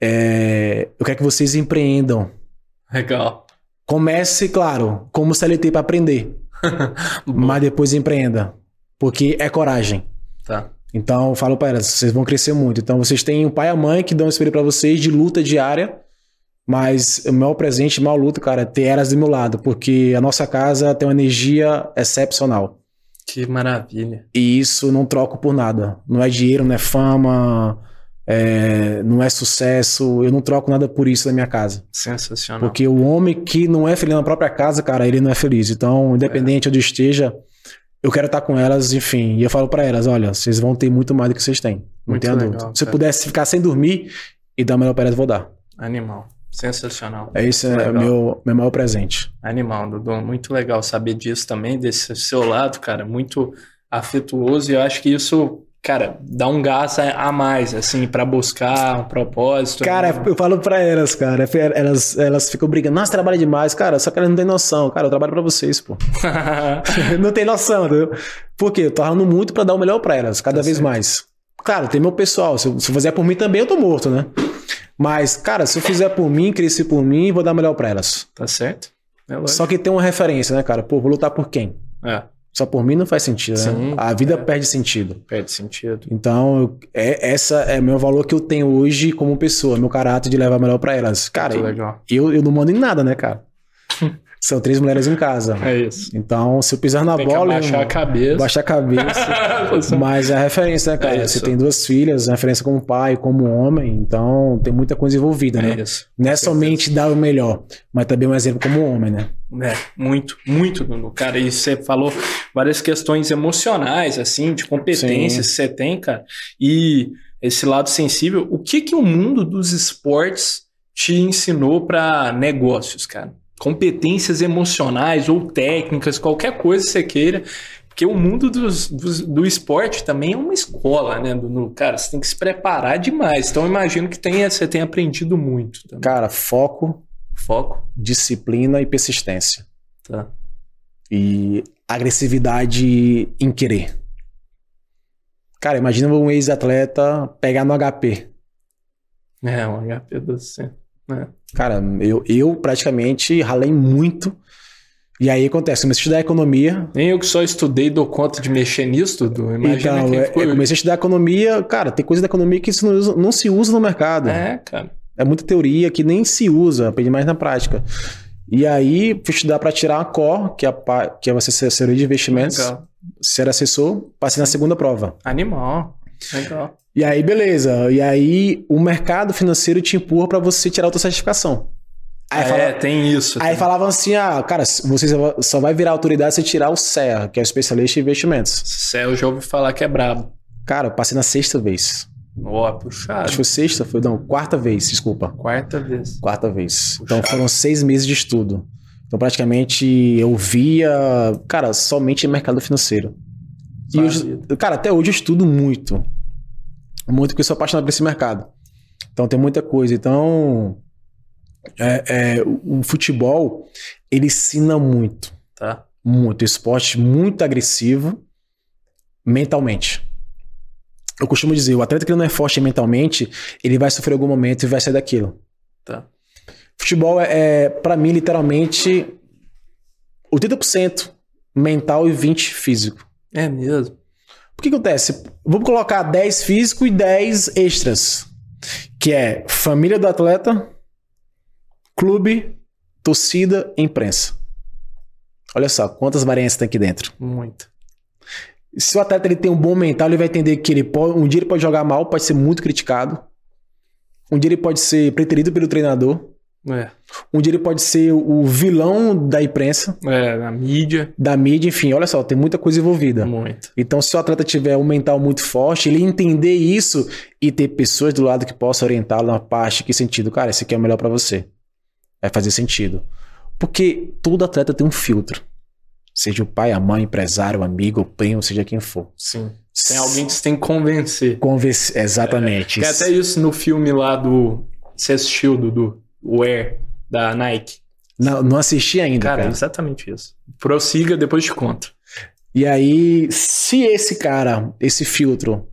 B: é, eu quero que vocês empreendam.
A: Legal.
B: Comece, claro, como CLT pra aprender. mas depois empreenda. Porque é coragem.
A: Tá.
B: Então, eu falo pra elas, vocês vão crescer muito. Então, vocês têm o pai e a mãe que dão esse espelho pra vocês de luta diária, mas o maior presente, o maior luto, cara, é ter elas do meu lado, porque a nossa casa tem uma energia excepcional.
A: Que maravilha.
B: E isso eu não troco por nada. Não é dinheiro, não é fama, é, não é sucesso, eu não troco nada por isso na minha casa.
A: Sensacional.
B: Porque o homem que não é feliz na própria casa, cara, ele não é feliz. Então,
A: É.
B: independente onde esteja, eu quero estar com elas, enfim. E eu falo pra elas: olha, vocês vão ter muito mais do que vocês têm. Não
A: Muito
B: tenha
A: legal,
B: dúvida. Se eu
A: cara.
B: pudesse ficar sem dormir e dar o melhor pra elas, eu vou dar.
A: Animal. Sensacional.
B: É isso, é
A: Legal.
B: o meu, meu maior presente.
A: Animal, Dudu. Muito legal saber disso também, desse seu lado, cara. Muito afetuoso. E eu acho que isso, cara, dá um gás a a mais, assim, pra buscar um propósito.
B: Cara, eu falo pra elas, cara. É Elas, elas ficam brigando. Nossa, trabalha demais, cara. Só que elas não têm noção. Cara, eu trabalho pra vocês, pô. não tem noção, entendeu? Por quê? Eu tô ralando muito pra dar o melhor pra elas, cada
A: Tá
B: vez
A: certo.
B: mais. Claro, tem meu pessoal. Se eu, se eu fizer por mim também, eu tô morto, né? Mas, cara, se eu fizer por mim, crescer por mim, vou dar o melhor pra elas.
A: tá certo? É lógico.
B: Só que tem uma referência, né, cara? Pô, vou lutar por quem?
A: É,
B: Só por mim não faz sentido, né?
A: Sim,
B: A vida
A: é.
B: perde sentido.
A: perde sentido.
B: Então, eu- é, essa é o meu valor que eu tenho hoje como pessoa, meu caráter de levar o melhor pra elas. Cara,
A: Muito legal.
B: eu, eu não mando em nada, né, cara? São três mulheres em casa.
A: É isso.
B: Então, se eu pisar na
A: Tem que
B: bola. um
A: abaixar a
B: irmão,
A: cabeça.
B: Baixar a cabeça. Mas é a referência, né, cara?
A: É
B: Você
A: isso.
B: tem duas filhas, é a referência como pai, como homem, então tem muita coisa envolvida, né?
A: É isso.
B: Não é
A: certeza.
B: somente dar o melhor, mas também um exemplo como homem, né?
A: É, muito, muito, Dudu. Cara, e você falou várias questões emocionais, assim, de competências que você tem, cara, e esse lado sensível. O que que o mundo dos esportes te ensinou para negócios, cara? Competências emocionais ou técnicas, qualquer coisa que você queira. Porque o mundo dos, dos- do esporte também é uma escola, né, Dudu? Cara, você tem que se preparar demais. Então, eu imagino que tenha, você tenha aprendido muito. Também.
B: Cara, foco,
A: Foco.
B: disciplina e persistência.
A: Tá.
B: E agressividade em querer. Cara, imagina um ex-atleta pegar no HP.
A: É, um HP do né? céu.
B: Cara, eu, eu praticamente ralei muito. E aí acontece, comecei a estudar economia,
A: Nem eu que só estudei dou conta de mexer nisso, Dudu. Imagina
B: Então,
A: quem
B: é,
A: ficou-
B: eu comecei a estudar economia, cara, tem coisa da economia que isso não, usa- não se usa no mercado. É.
A: É, cara.
B: muita teoria que nem se usa, aprendi mais na prática. E aí fui estudar para tirar a COR, que é, a, pa- que é você ser assessoria de investimentos,
A: Legal.
B: ser assessor, passei na segunda prova.
A: Animal. Legal.
B: E aí, beleza. E aí o mercado financeiro te empurra para você tirar outra certificação. Aí,
A: é,
B: fala-
A: tem isso.
B: aí
A: tem-
B: falavam assim, ah, cara, você só- só vai virar autoridade se tirar o CEA, que é o especialista em investimentos.
A: Céu, eu já ouvi falar que é brabo.
B: Cara, eu passei na sexta vez.
A: Ó, puxado.
B: Acho que foi sexta, foi não, quarta vez, desculpa.
A: Quarta vez.
B: Quarta vez.
A: Puxa.
B: Então foram seis meses de estudo. Então praticamente eu via, cara, somente mercado financeiro. E
A: Só a
B: hoje-
A: vida.
B: cara, até hoje eu estudo muito. Muito porque eu sou apaixonado por esse mercado. Então tem muita coisa. Então, é, é, o o futebol, ele ensina muito.
A: Tá.
B: Muito. Esporte muito agressivo mentalmente. Eu costumo dizer, o atleta que não é forte mentalmente, ele vai sofrer algum momento e vai sair daquilo.
A: Tá.
B: Futebol é, é para mim, literalmente 80% mental e 20% físico.
A: É mesmo.
B: O que acontece? Vou colocar 10 físico e 10 extras, que é família do atleta, clube, torcida, imprensa. Olha só quantas variantes tem aqui dentro.
A: Muito.
B: Se o atleta ele tem um bom mental, ele vai entender que ele pode, um dia ele pode jogar mal, pode ser muito criticado. Um dia ele pode ser preterido pelo treinador.
A: É.
B: Um dia ele pode ser o vilão da imprensa,
A: É, na mídia.
B: da mídia, enfim. Olha só, tem muita coisa envolvida.
A: Muito.
B: Então, se o atleta tiver um mental muito forte, ele entender isso e ter pessoas do lado que possam orientá-lo na parte que sentido, cara, esse aqui é o melhor pra você. Vai fazer sentido. Porque todo atleta tem um filtro. Seja o pai, a mãe, empresário, amigo, primo, seja quem for.
A: Sim. Tem alguém que você tem que convencer.
B: Convenci- Exatamente.
A: Tem É, até isso no filme lá do. Você assistiu, Dudu? O Air, da Nike.
B: Não, não assisti ainda,
A: Cara,
B: cara.
A: é exatamente isso. Prossiga, depois te conto.
B: E aí, se esse cara, esse filtro,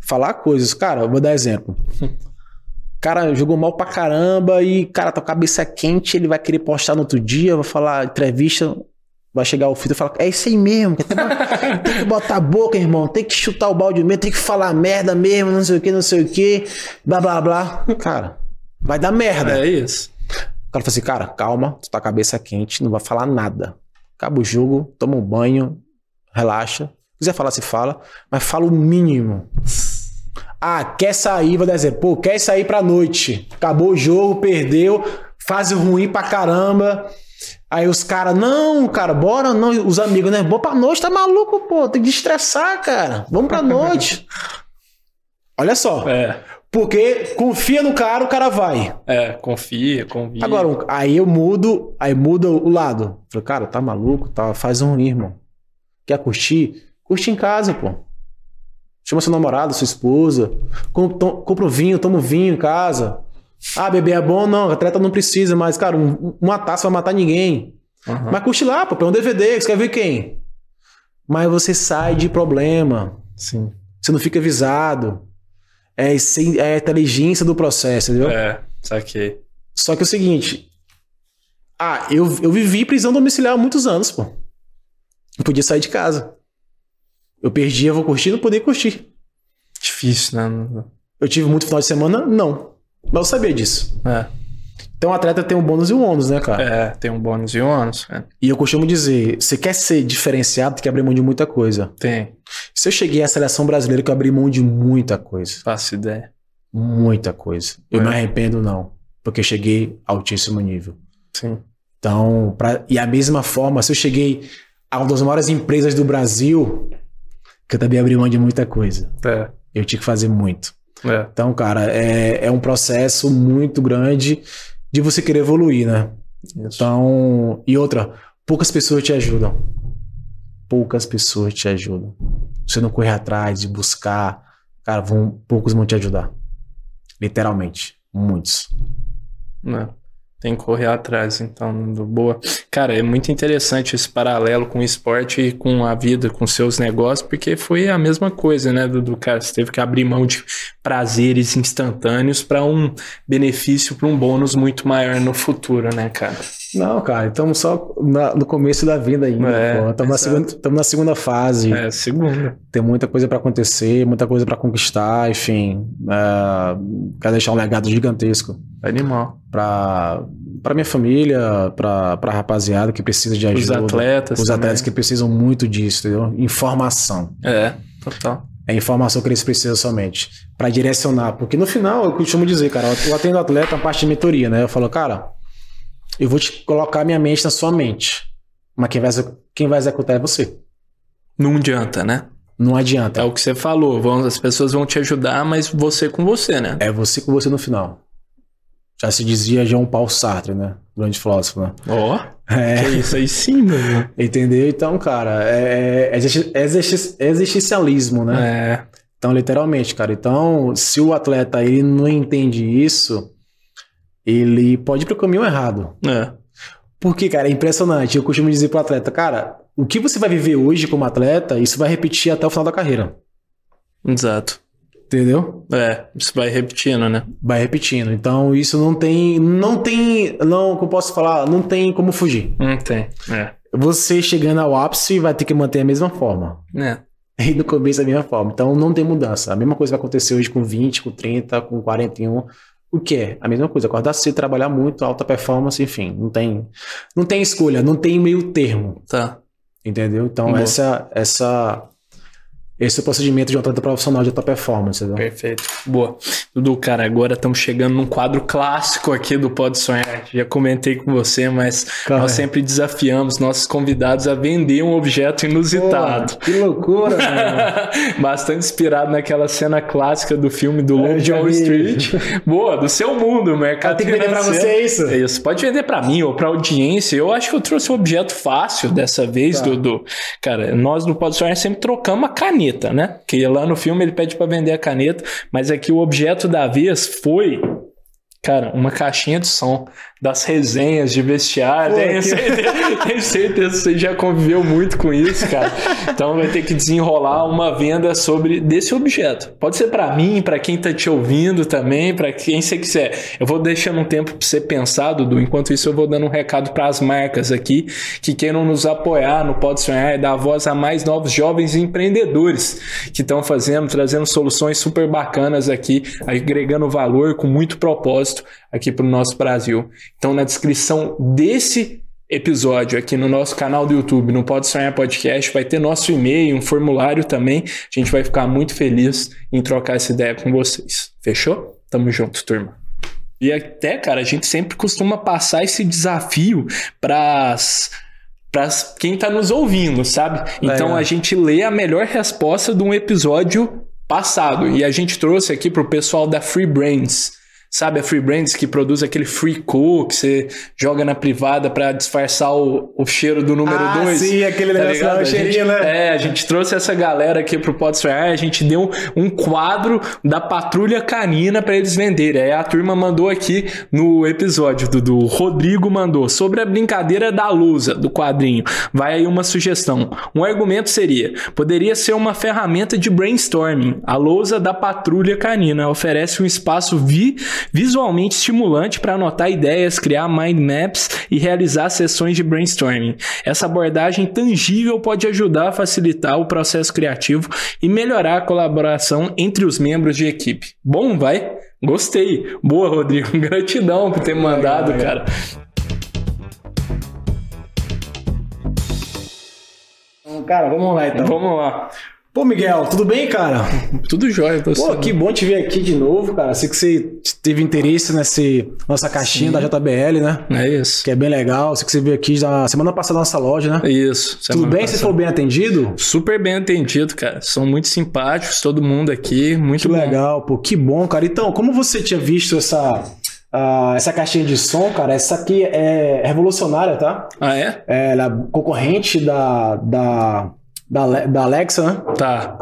B: falar coisas, cara, eu vou dar exemplo. Cara jogou mal pra caramba e, cara, tá com a cabeça quente, ele vai querer postar no outro dia, vai falar entrevista, vai chegar o filtro e falar, é isso aí mesmo, tem que, bo- tem que botar a boca, irmão, tem que chutar o balde mesmo, tem que falar merda mesmo, não sei o que, não sei o que, blá blá blá. Cara, vai dar merda.
A: É isso.
B: O cara falou assim, cara, calma, tu tá com a cabeça quente, não vai falar nada. Acaba o jogo, toma um banho, relaxa. Se quiser falar, se fala, mas fala o mínimo. Ah, quer sair, vou dizer, pô, quer sair pra noite. Acabou o jogo, perdeu, fase ruim pra caramba. Aí os caras, não, cara, bora, não. Os amigos, né? Bora pra noite, tá maluco, pô, tem que estressar, cara. Vamos pra noite. Olha só.
A: É,
B: Porque confia no cara, o cara vai.
A: é, confia, convida.
B: Agora, um- aí eu mudo, aí muda o lado. Falei, cara, tá maluco? Tá, faz um ruim, irmão. Quer curtir? Curte em casa, pô. Chama seu namorado, sua esposa. Com- to- Compra um vinho, toma um vinho em casa. Ah, bebê é bom? Não, atleta não precisa, mas, cara, um- uma taça vai matar ninguém.
A: Aham.
B: Mas curte lá, pô, põe um DVD, você quer ver quem? Mas você sai de problema.
A: Sim.
B: Você não fica visado. É, sem- é a inteligência do processo, entendeu?
A: É, saquei.
B: Só que é o seguinte. Ah, eu, eu vivi prisão domiciliar há muitos anos, pô. Eu podia sair de casa. Eu perdi, eu vou curtir, não podia curtir.
A: Difícil, né? Não-
B: Eu tive muito final de semana? Não. Mas eu sabia disso.
A: É,
B: Então o atleta tem um bônus e um ônus, né, cara?
A: é, tem um bônus e um ônus. É,
B: E eu costumo dizer, você quer ser diferenciado, tem que abrir mão de muita coisa.
A: tem,
B: Se eu cheguei à seleção brasileira, que eu abri mão de muita coisa.
A: faço ideia.
B: Muita coisa. Eu
A: É.
B: não arrependo, não. Porque eu cheguei a altíssimo nível.
A: Sim.
B: Então, pra- e a mesma forma, se eu cheguei a uma das maiores empresas do Brasil, que eu também abri mão de muita coisa.
A: É,
B: Eu tinha que fazer muito.
A: é,
B: Então, cara, é, é um processo muito grande de você querer evoluir, né?
A: isso.
B: Então, e outra, poucas pessoas te ajudam. Poucas pessoas te ajudam. Se você não correr atrás de buscar, cara, vão, poucos vão te ajudar. Literalmente. Muitos.
A: Né? Tem que correr atrás, então, do boa. Cara, é muito interessante esse paralelo com o esporte e com a vida, com seus negócios, porque foi a mesma coisa, né, Dudu? Cara, você teve que abrir mão de prazeres instantâneos para um benefício, para um bônus muito maior no futuro, né, cara?
B: Não, cara, estamos só na- no começo da vida ainda.
A: É,
B: pô. Estamos na,
A: exato.
B: segunda- estamos na segunda fase.
A: É, segunda.
B: Tem muita coisa pra acontecer, muita coisa pra conquistar, enfim. ah, quero deixar um legado gigantesco
A: Animal.
B: pra para minha família, pra pra rapaziada que precisa de
A: Os
B: ajuda.
A: atletas.
B: É né? Os
A: também.
B: atletas que precisam muito disso, entendeu? Informação.
A: É, total.
B: É a informação que eles precisam somente. Pra direcionar. Porque no final, eu costumo dizer, cara, eu atendo atleta a parte de mentoria, né? Eu falo, cara, eu vou te colocar minha mente na sua mente. Mas quem vai, exec- quem vai executar é você.
A: Não adianta, né?
B: Não
A: É
B: adianta.
A: o que você falou. Vão, as pessoas vão te ajudar, mas você com você, né?
B: É você com você no final. Já se dizia João Paulo Sartre, né? Grande filósofo, né?
A: Ó,
B: É.
A: que isso aí sim, mano.
B: Entendeu? Então, cara, é, é existe- existe- existencialismo, né?
A: É.
B: Então, literalmente, cara. Então, se o atleta ele não entende isso, ele pode ir pro caminho errado.
A: É,
B: Porque, cara, é impressionante. Eu costumo dizer pro atleta, cara, o que você vai viver hoje como atleta, isso vai repetir até o final da carreira.
A: exato.
B: Entendeu?
A: É, isso vai repetindo, né?
B: Vai repetindo. Então, isso não tem. Não tem. Não, como eu posso falar? Não tem como fugir.
A: Não tem. É.
B: Você chegando ao ápice vai ter que manter a mesma forma.
A: Né?
B: E no começo a mesma forma. Então não tem mudança. A mesma coisa vai acontecer hoje com 20, com 30, com 41. O que é? A mesma coisa. Acordar cedo, trabalhar muito, alta performance, enfim. Não tem, não tem escolha, não tem meio termo.
A: Tá.
B: Entendeu? Então
A: Boa.
B: essa, essa, esse é o procedimento de um atleta profissional de alta performance. Entendeu?
A: Perfeito. Boa. Dudu, cara, agora estamos chegando num quadro clássico aqui do Pode Sonhar. Já comentei com você, mas
B: Cara.
A: nós sempre desafiamos nossos convidados a vender um objeto inusitado.
B: Pô, que loucura, mano.
A: Bastante inspirado naquela cena clássica do filme do Lobo
B: Eu
A: de
B: já
A: Wall
B: vi.
A: Street. Boa, do seu mundo, mercado
B: Cara, tem que vender pra
A: financeiro.
B: você isso.
A: É Isso, pode vender pra mim ou pra audiência. Eu acho que eu trouxe um objeto fácil dessa vez,
B: Tá.
A: Dudu. Cara, nós no Pode Sonhar sempre trocamos a caneta, né? Que lá no filme ele pede pra vender a caneta, mas aqui o objeto da vez foi. Cara, uma caixinha de som das resenhas de vestiário.
B: Pô,
A: Tenho,
B: que-
A: certeza, tenho certeza que você já conviveu muito com isso, cara. Então vai ter que desenrolar uma venda sobre desse objeto. Pode ser pra mim, pra quem tá te ouvindo também, pra quem você quiser. Eu vou deixando um tempo pra você pensar, Dudu. Enquanto isso, eu vou dando um recado pras marcas aqui que queiram nos apoiar no Pode Sonhar e dar voz a mais novos jovens empreendedores que estão fazendo, trazendo soluções super bacanas aqui, agregando valor com muito propósito aqui pro nosso Brasil. Então, na descrição desse episódio aqui no nosso canal do YouTube, no Pode Sonhar Podcast, vai ter nosso e-mail, um formulário também. A gente vai ficar muito feliz em trocar essa ideia com vocês. Fechou? Tamo junto, turma. E até, cara, a gente sempre costuma passar esse desafio pras para quem está nos ouvindo, sabe? Então
B: Legal.
A: a gente lê a melhor resposta de um episódio passado e a gente trouxe aqui pro pessoal da Free Brains. Sabe a Free Brands que produz aquele free cook que você joga na privada para disfarçar o, o cheiro do número
B: ah,
A: 2?
B: sim, aquele
A: Tá
B: negócio lá,
A: ligado?
B: o
A: A gente-
B: cheirinho, né?
A: É, a gente trouxe essa galera aqui pro Pode Sonhar, a gente deu um quadro da patrulha canina pra eles venderem. Aí a turma mandou aqui no episódio, Dudu. O Rodrigo mandou sobre a brincadeira da lousa do quadrinho. Vai aí uma sugestão. Um argumento seria: poderia ser uma ferramenta de brainstorming. A lousa da patrulha canina oferece um espaço vi- visualmente estimulante para anotar ideias, criar mind maps e realizar sessões de brainstorming. Essa abordagem tangível pode ajudar a facilitar o processo criativo e melhorar a colaboração entre os membros de equipe. Bom, vai? Gostei. Boa, Rodrigo. Gratidão por ter mandado,
B: legal.
A: cara.
B: Então, Cara, vamos lá então.
A: Vamos lá.
B: Pô, Miguel, tudo bem, cara?
A: Tudo jóia, tô
B: Pô, que bom te ver aqui de novo, cara. Sei que você teve interesse nessa nossa caixinha
A: Sim.
B: da JBL, né?
A: É isso.
B: Que é bem legal. Sei que você veio aqui na semana passada na nossa loja, né?
A: Isso.
B: Tudo
A: semana
B: bem? Você
A: passada.
B: foi bem atendido?
A: Super bem entendido, cara. São muito simpáticos, todo mundo aqui. Muito
B: Que
A: bom.
B: legal, pô. Que bom, cara. Então, como você tinha visto essa, ah, essa caixinha de som, cara? Essa aqui é revolucionária, tá?
A: Ah, é?
B: Ela é concorrente da, da, da, Ale- da Alexa, né?
A: Tá.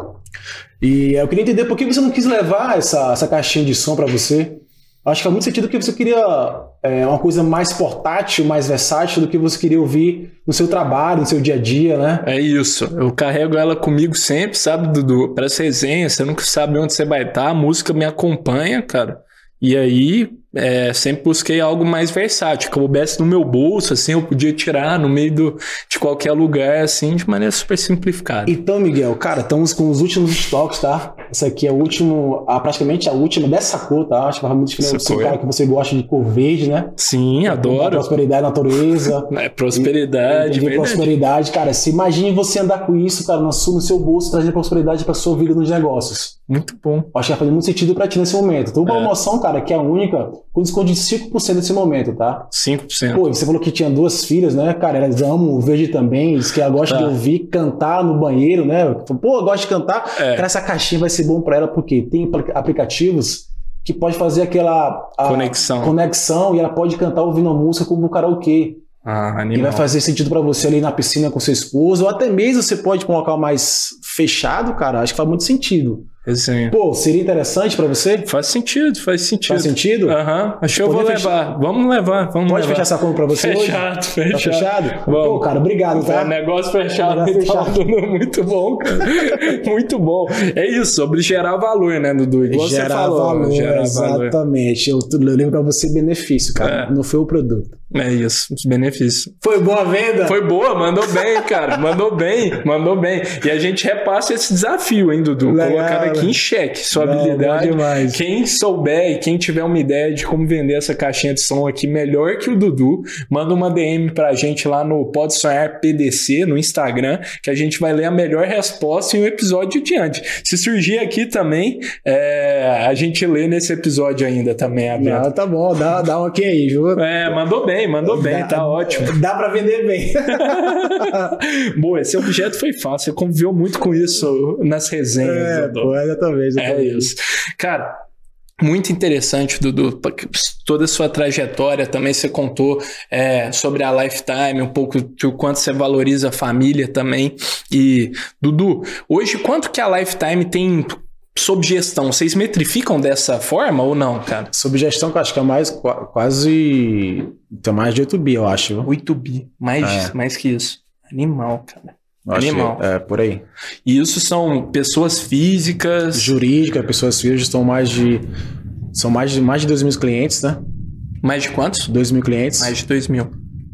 B: E eu queria entender por que você não quis levar essa, essa caixinha de som pra você. Acho que faz muito sentido que você queria é, uma coisa mais portátil, mais versátil do que você queria ouvir no seu trabalho, no seu dia a dia, né?
A: É isso. Eu carrego ela comigo sempre, sabe, Dudu? Para as resenhas, você nunca sabe onde você vai estar, a música me acompanha, cara. E aí, é, sempre busquei algo mais versátil, que coubesse no meu bolso, assim, eu podia tirar no meio do- de qualquer lugar, assim, de maneira super simplificada.
B: Então, Miguel, cara, estamos com os últimos estoques, tá? Essa aqui é a última, a, praticamente a última dessa cor, tá? Acho que vai muito diferente
A: Essa
B: do
A: cor.
B: cara que você gosta de cor verde, né?
A: Sim, adoro.
B: Prosperidade, natureza.
A: É prosperidade,
B: entender
A: verdade.
B: prosperidade, cara. Se imagine você andar com isso, cara, no seu, no seu bolso, trazendo prosperidade pra sua vida nos negócios.
A: Muito bom.
B: Acho que vai fazer muito sentido pra ti nesse momento. Então, uma promoção, cara, que é a única, com desconto de 5% nesse momento, tá?
A: 5%.
B: Pô, você falou que tinha duas filhas, né? Cara, elas amam o verde também, diz que ela gosta
A: Tá.
B: de ouvir cantar no banheiro, né? Pô, eu gosto de cantar.
A: É.
B: Cara, essa caixinha vai ser bom pra ela, porque tem apl- aplicativos que pode fazer aquela a-
A: Conexão.
B: conexão e ela pode cantar ouvindo a música como um karaokê.
A: Ah,
B: E vai
A: animal.
B: fazer sentido pra você ali na piscina com seu esposo, ou até mesmo você pode ir pra um local mais fechado, cara. Acho que faz muito sentido.
A: Resenha.
B: Pô, seria interessante pra você?
A: Faz sentido, faz
B: Faz
A: sentido.
B: sentido? Ah,
A: Aham, acho que eu vou
B: Poder fechar-
A: levar. Vamos levar, vamos
B: Pode fechar
A: levar.
B: essa conta pra você hoje?
A: fechado,
B: Tá
A: fechado.
B: fechado?
A: Vamos.
B: Pô, cara, obrigado,
A: É,
B: tá?
A: negócio fechado,
B: Negócio
A: então,
B: fechado.
A: Dudu, muito bom, cara. muito bom. É isso, sobre gerar valor, né, Dudu? Igual você falou, gerar valor.
B: exatamente. Eu, eu lembro pra você benefício, cara.
A: É.
B: Não foi o produto.
A: É isso, os benefícios.
B: Foi boa a venda?
A: Foi boa, mandou bem, cara. Mandou bem, mandou bem. E a gente repassa esse desafio, hein, Dudu?
B: Legal,
A: Colocar aqui
B: né?
A: em xeque sua
B: Não,
A: habilidade.
B: bom demais.
A: Quem souber e quem tiver uma ideia de como vender essa caixinha de som aqui melhor que o Dudu, manda uma DM pra gente lá no Pode Sonhar PDC no Instagram, que a gente vai ler a melhor resposta em um episódio adiante. Se surgir aqui também, é, a gente lê nesse episódio ainda também, a meta.
B: Não, tá bom, dá, dá um ok aí, viu?
A: É, mandou bem, mandou bem,
B: Dá-
A: tá ótimo.
B: Dá pra vender bem.
A: Boa, esse objeto foi fácil, você conviveu muito com isso nas resenhas,
B: é,
A: Dudu.
B: pô, exatamente.
A: É
B: exatamente.
A: isso. Cara, muito interessante, Dudu. Toda a sua trajetória também você contou é, sobre a Lifetime, um pouco do quanto você valoriza a família também. E, Dudu, hoje quanto que a Lifetime tem sob gestão? Vocês metrificam dessa forma ou não, cara?
B: Subgestão que eu acho que é mais qua- quase. Tem mais de 8 bi, eu acho. viu?
A: 8 bi, mais,
B: É.
A: mais que isso. Animal, cara.
B: Eu acho que-
A: Animal.
B: é, por aí.
A: E isso são pessoas físicas,
B: Jurídica, pessoas físicas, estão mais de. São mais de, mais de 2 mil clientes, né?
A: mais de quantos?
B: 2 mil clientes.
A: Mais de 2 mil.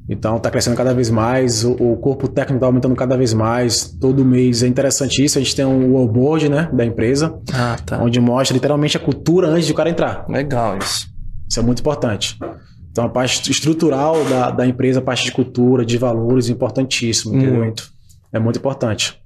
B: Então tá crescendo cada vez mais, o, o corpo técnico tá aumentando cada vez mais, todo mês. É interessante isso, a gente tem um onboard, né, da empresa,
A: Ah, tá.
B: onde mostra literalmente a cultura antes do cara entrar.
A: Legal isso.
B: Isso é muito importante. Então a parte estrutural da, da empresa, a parte de cultura, de valores, é importantíssimo. entendeu?
A: Muito.
B: É muito importante.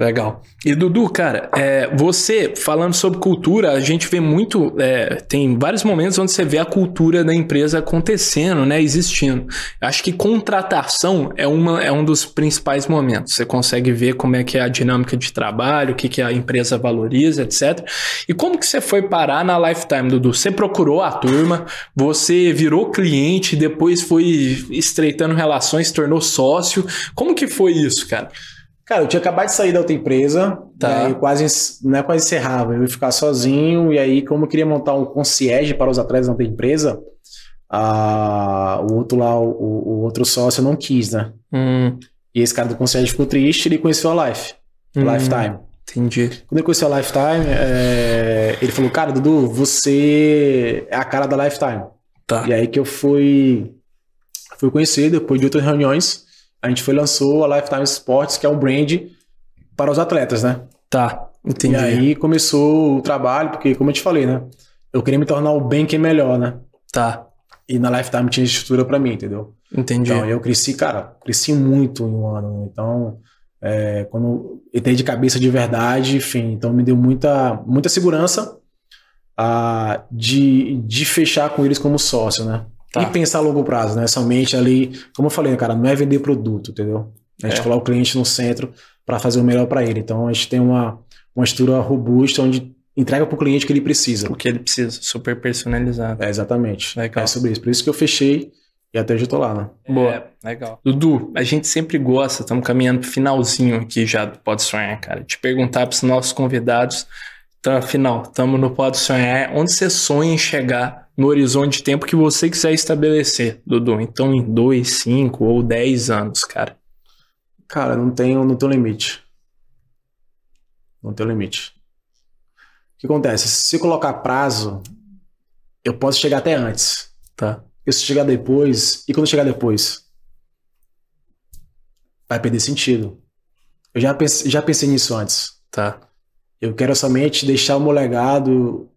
A: Legal. E Dudu, cara, é, você falando sobre cultura, a gente vê muito, é, tem vários momentos onde você vê a cultura da empresa acontecendo, né, existindo. Acho que contratação é, uma, é um dos principais momentos. Você consegue ver como é que é a dinâmica de trabalho, o que, que a empresa valoriza, etc. E como que você foi parar na Lifetime, Dudu? Você procurou a turma, você virou cliente, depois foi estreitando relações, se tornou sócio. Como que foi isso, cara?
B: Cara, eu tinha acabado de sair da outra empresa,
A: Tá.
B: né, eu quase, ens- não é quase encerrava, eu ia ficar sozinho, e aí, como eu queria montar um concierge para os atletas da outra empresa, ah, o outro lá, o, o outro sócio não quis, né?
A: Hum,
B: E esse cara do concierge ficou triste, ele conheceu a Life,
A: Hum.
B: Lifetime.
A: Entendi.
B: Quando ele conheceu a Lifetime, é, ele falou, cara, Dudu, você é a cara da Lifetime.
A: Tá.
B: E aí que eu fui, fui conhecer, depois de outras reuniões, a gente foi lançou a Lifetime Sports, que é um brand para os atletas, né?
A: Tá, entendi.
B: E aí começou o trabalho, porque como eu te falei, né? Eu queria me tornar o bem que é melhor, né?
A: Tá,
B: E na Lifetime tinha estrutura pra mim, entendeu?
A: entendi.
B: Então eu cresci, cara, cresci muito em um ano. Então, é, quando eu entrei de cabeça de verdade, enfim, então me deu muita, muita segurança ah, de, de fechar com eles como sócio, né?
A: Tá.
B: E pensar a longo prazo, né? Somente ali, como eu falei, cara, não é vender produto, entendeu? A gente
A: É.
B: coloca o cliente no centro para fazer o melhor para ele. Então a gente tem uma, uma estrutura robusta onde entrega para o cliente o que ele precisa.
A: o que ele precisa, super personalizado.
B: É, exatamente.
A: Legal.
B: É sobre isso. Por isso que eu fechei e até hoje eu tô lá, né?
A: Boa. legal. Dudu, a gente sempre gosta, estamos caminhando pro finalzinho aqui já do Pode Sonhar, cara. Te perguntar pros nossos convidados, tá, afinal, estamos no Pode Sonhar, onde você sonha em chegar no horizonte de tempo que você quiser estabelecer, Dudu? Então, em dois, cinco ou dez anos, cara.
B: Cara, não tenho, não tenho limite. Não tenho limite. O que acontece? Se eu colocar prazo, eu posso chegar até antes.
A: Tá.
B: E se chegar depois, e quando chegar depois? Vai perder sentido. Eu já pensei, já pensei nisso antes.
A: Tá.
B: Eu quero somente deixar o meu legado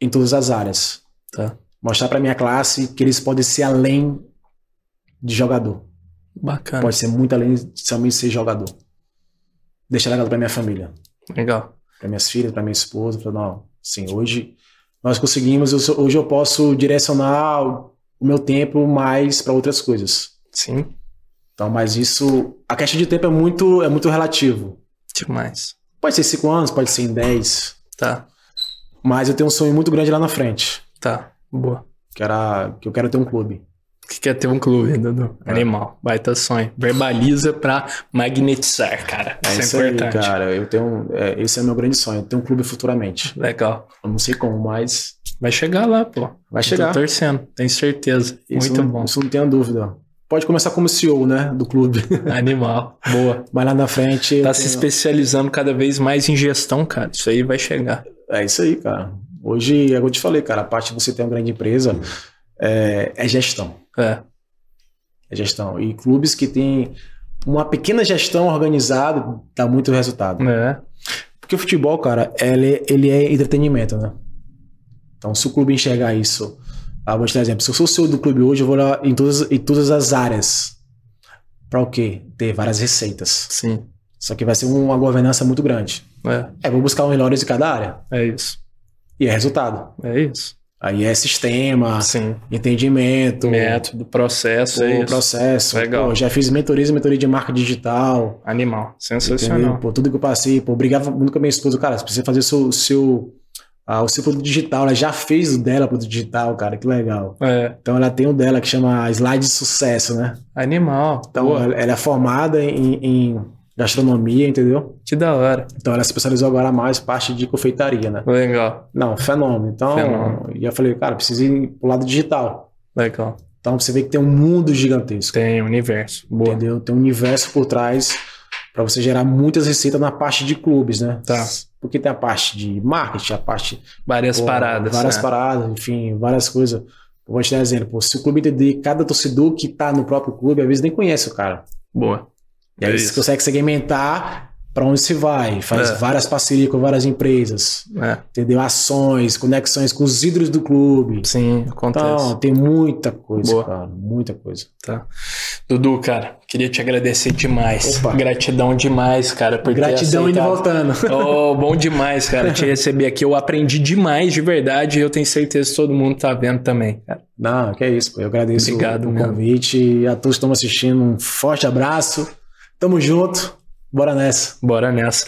B: em todas as áreas.
A: Tá.
B: Mostrar pra minha classe que eles podem ser além de jogador.
A: Bacana.
B: Pode ser muito além de somente ser jogador. Deixar legado pra minha família,
A: Legal.
B: pra minhas filhas, pra minha esposa, para não, sim, hoje nós conseguimos, eu sou- hoje eu posso direcionar o meu tempo mais pra outras coisas.
A: Sim.
B: Então, mas isso, a questão de tempo é muito é muito relativo.
A: Demais.
B: Pode ser em 5 anos, pode ser em 10,
A: Tá.
B: mas eu tenho um sonho muito grande lá na frente,
A: Tá. Boa.
B: que era que eu quero ter um clube.
A: que quer ter um clube, Dudu?
B: É.
A: Animal, baita sonho. Verbaliza pra magnetizar, cara.
B: É
A: Isso,
B: isso
A: é
B: aí,
A: importante.
B: cara, eu tenho, é, esse é meu grande sonho, ter um clube futuramente.
A: Legal.
B: Eu não sei como, mas
A: Vai chegar lá, pô.
B: vai chegar.
A: Tô torcendo, tenho certeza.
B: Isso
A: Muito
B: não-
A: bom.
B: Isso não tenha dúvida. Pode começar como CEO, né? Do clube.
A: Animal. Boa.
B: Mas lá na frente.
A: Tá
B: eu
A: se
B: tenho-
A: especializando cada vez mais em gestão, cara. Isso aí vai chegar.
B: É isso aí, cara. Hoje, é o que eu te falei, cara, a parte de você ter uma grande empresa é, é gestão.
A: É.
B: É gestão. E clubes que têm uma pequena gestão organizada dá muito resultado.
A: É.
B: Porque o futebol, cara, ele, ele é entretenimento, né? Então, se o clube enxergar isso, ah, vou te dar exemplo. Se eu sou CEO do clube hoje, eu vou lá em todas, em todas as áreas. Pra o quê? Ter várias receitas.
A: Sim.
B: Só que vai ser um, uma governança muito grande.
A: É.
B: É, vou buscar um melhores de cada área.
A: É isso.
B: E é resultado.
A: É isso.
B: Aí é sistema,
A: Sim.
B: entendimento,
A: Método, processo, é
B: pô,
A: isso.
B: processo.
A: Legal.
B: Pô, já fiz mentorias e mentoria de marca digital.
A: Animal.
B: Entendeu?
A: Sensacional.
B: Pô, tudo que eu passei, pô, brigava muito com a minha esposa, cara, você precisa fazer o seu, seu, ah, o seu produto digital. Ela já fez o dela produto digital, cara, que legal.
A: É.
B: Então ela tem o dela que chama Slide de Sucesso, né?
A: Animal.
B: Então
A: Boa.
B: ela, ela é formada em, em gastronomia, entendeu?
A: Que da hora.
B: Então ela se especializou agora mais parte de confeitaria, né?
A: Legal.
B: Não, fenômeno. Então,
A: Fenômeno.
B: e eu falei, cara, precisa ir pro lado digital.
A: Legal.
B: Então você vê que tem um mundo gigantesco,
A: Tem universo. Boa.
B: entendeu? Tem um universo por trás para você gerar muitas receitas na parte de clubes, né?
A: Tá.
B: Porque tem a parte de marketing, a parte
A: Várias
B: pô,
A: paradas.
B: várias
A: né?
B: paradas, enfim, várias coisas. Eu vou te dar um exemplo. Pô, se o clube entender cada torcedor que tá no próprio clube, às vezes nem conhece o cara.
A: Boa.
B: E aí
A: É
B: você
A: isso.
B: consegue segmentar para onde se vai, faz
A: É.
B: várias parcerias com várias empresas,
A: É,
B: entendeu? Ações, conexões com os ídolos do clube.
A: sim, acontece.
B: Então, tem muita coisa,
A: Boa.
B: cara, muita coisa.
A: Tá. Dudu, cara, queria te agradecer demais.
B: Opa.
A: Gratidão demais, cara, por
B: Gratidão
A: ter
B: indo e
A: aceitado.
B: voltando.
A: Oh, bom demais, cara, te receber aqui. Eu aprendi demais, de verdade, e eu tenho certeza que todo mundo tá vendo também, cara.
B: Não, que é isso, pô. Eu agradeço
A: Obrigado
B: o
A: mesmo.
B: convite e a todos que estão assistindo. Um forte abraço. Tamo junto. Bora nessa.
A: Bora nessa.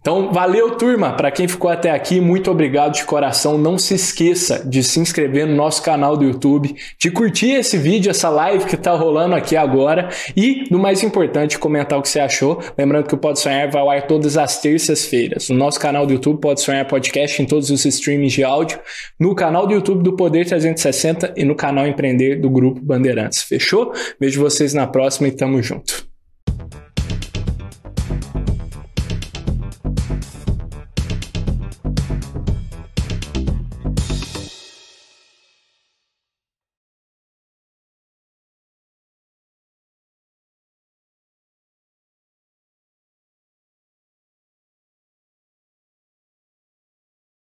A: Então, valeu, turma. Para quem ficou até aqui, muito obrigado de coração. Não se esqueça de se inscrever no nosso canal do YouTube, de curtir esse vídeo, essa live que tá rolando aqui agora e, no mais importante, comentar o que você achou. Lembrando que o Pode Sonhar vai ao ar todas as terças-feiras. No nosso canal do YouTube, Pode Sonhar Podcast, em todos os streamings de áudio, no canal do YouTube do Poder 360 e no canal Empreender do Grupo Bandeirantes. Fechou? Vejo vocês na próxima e tamo junto.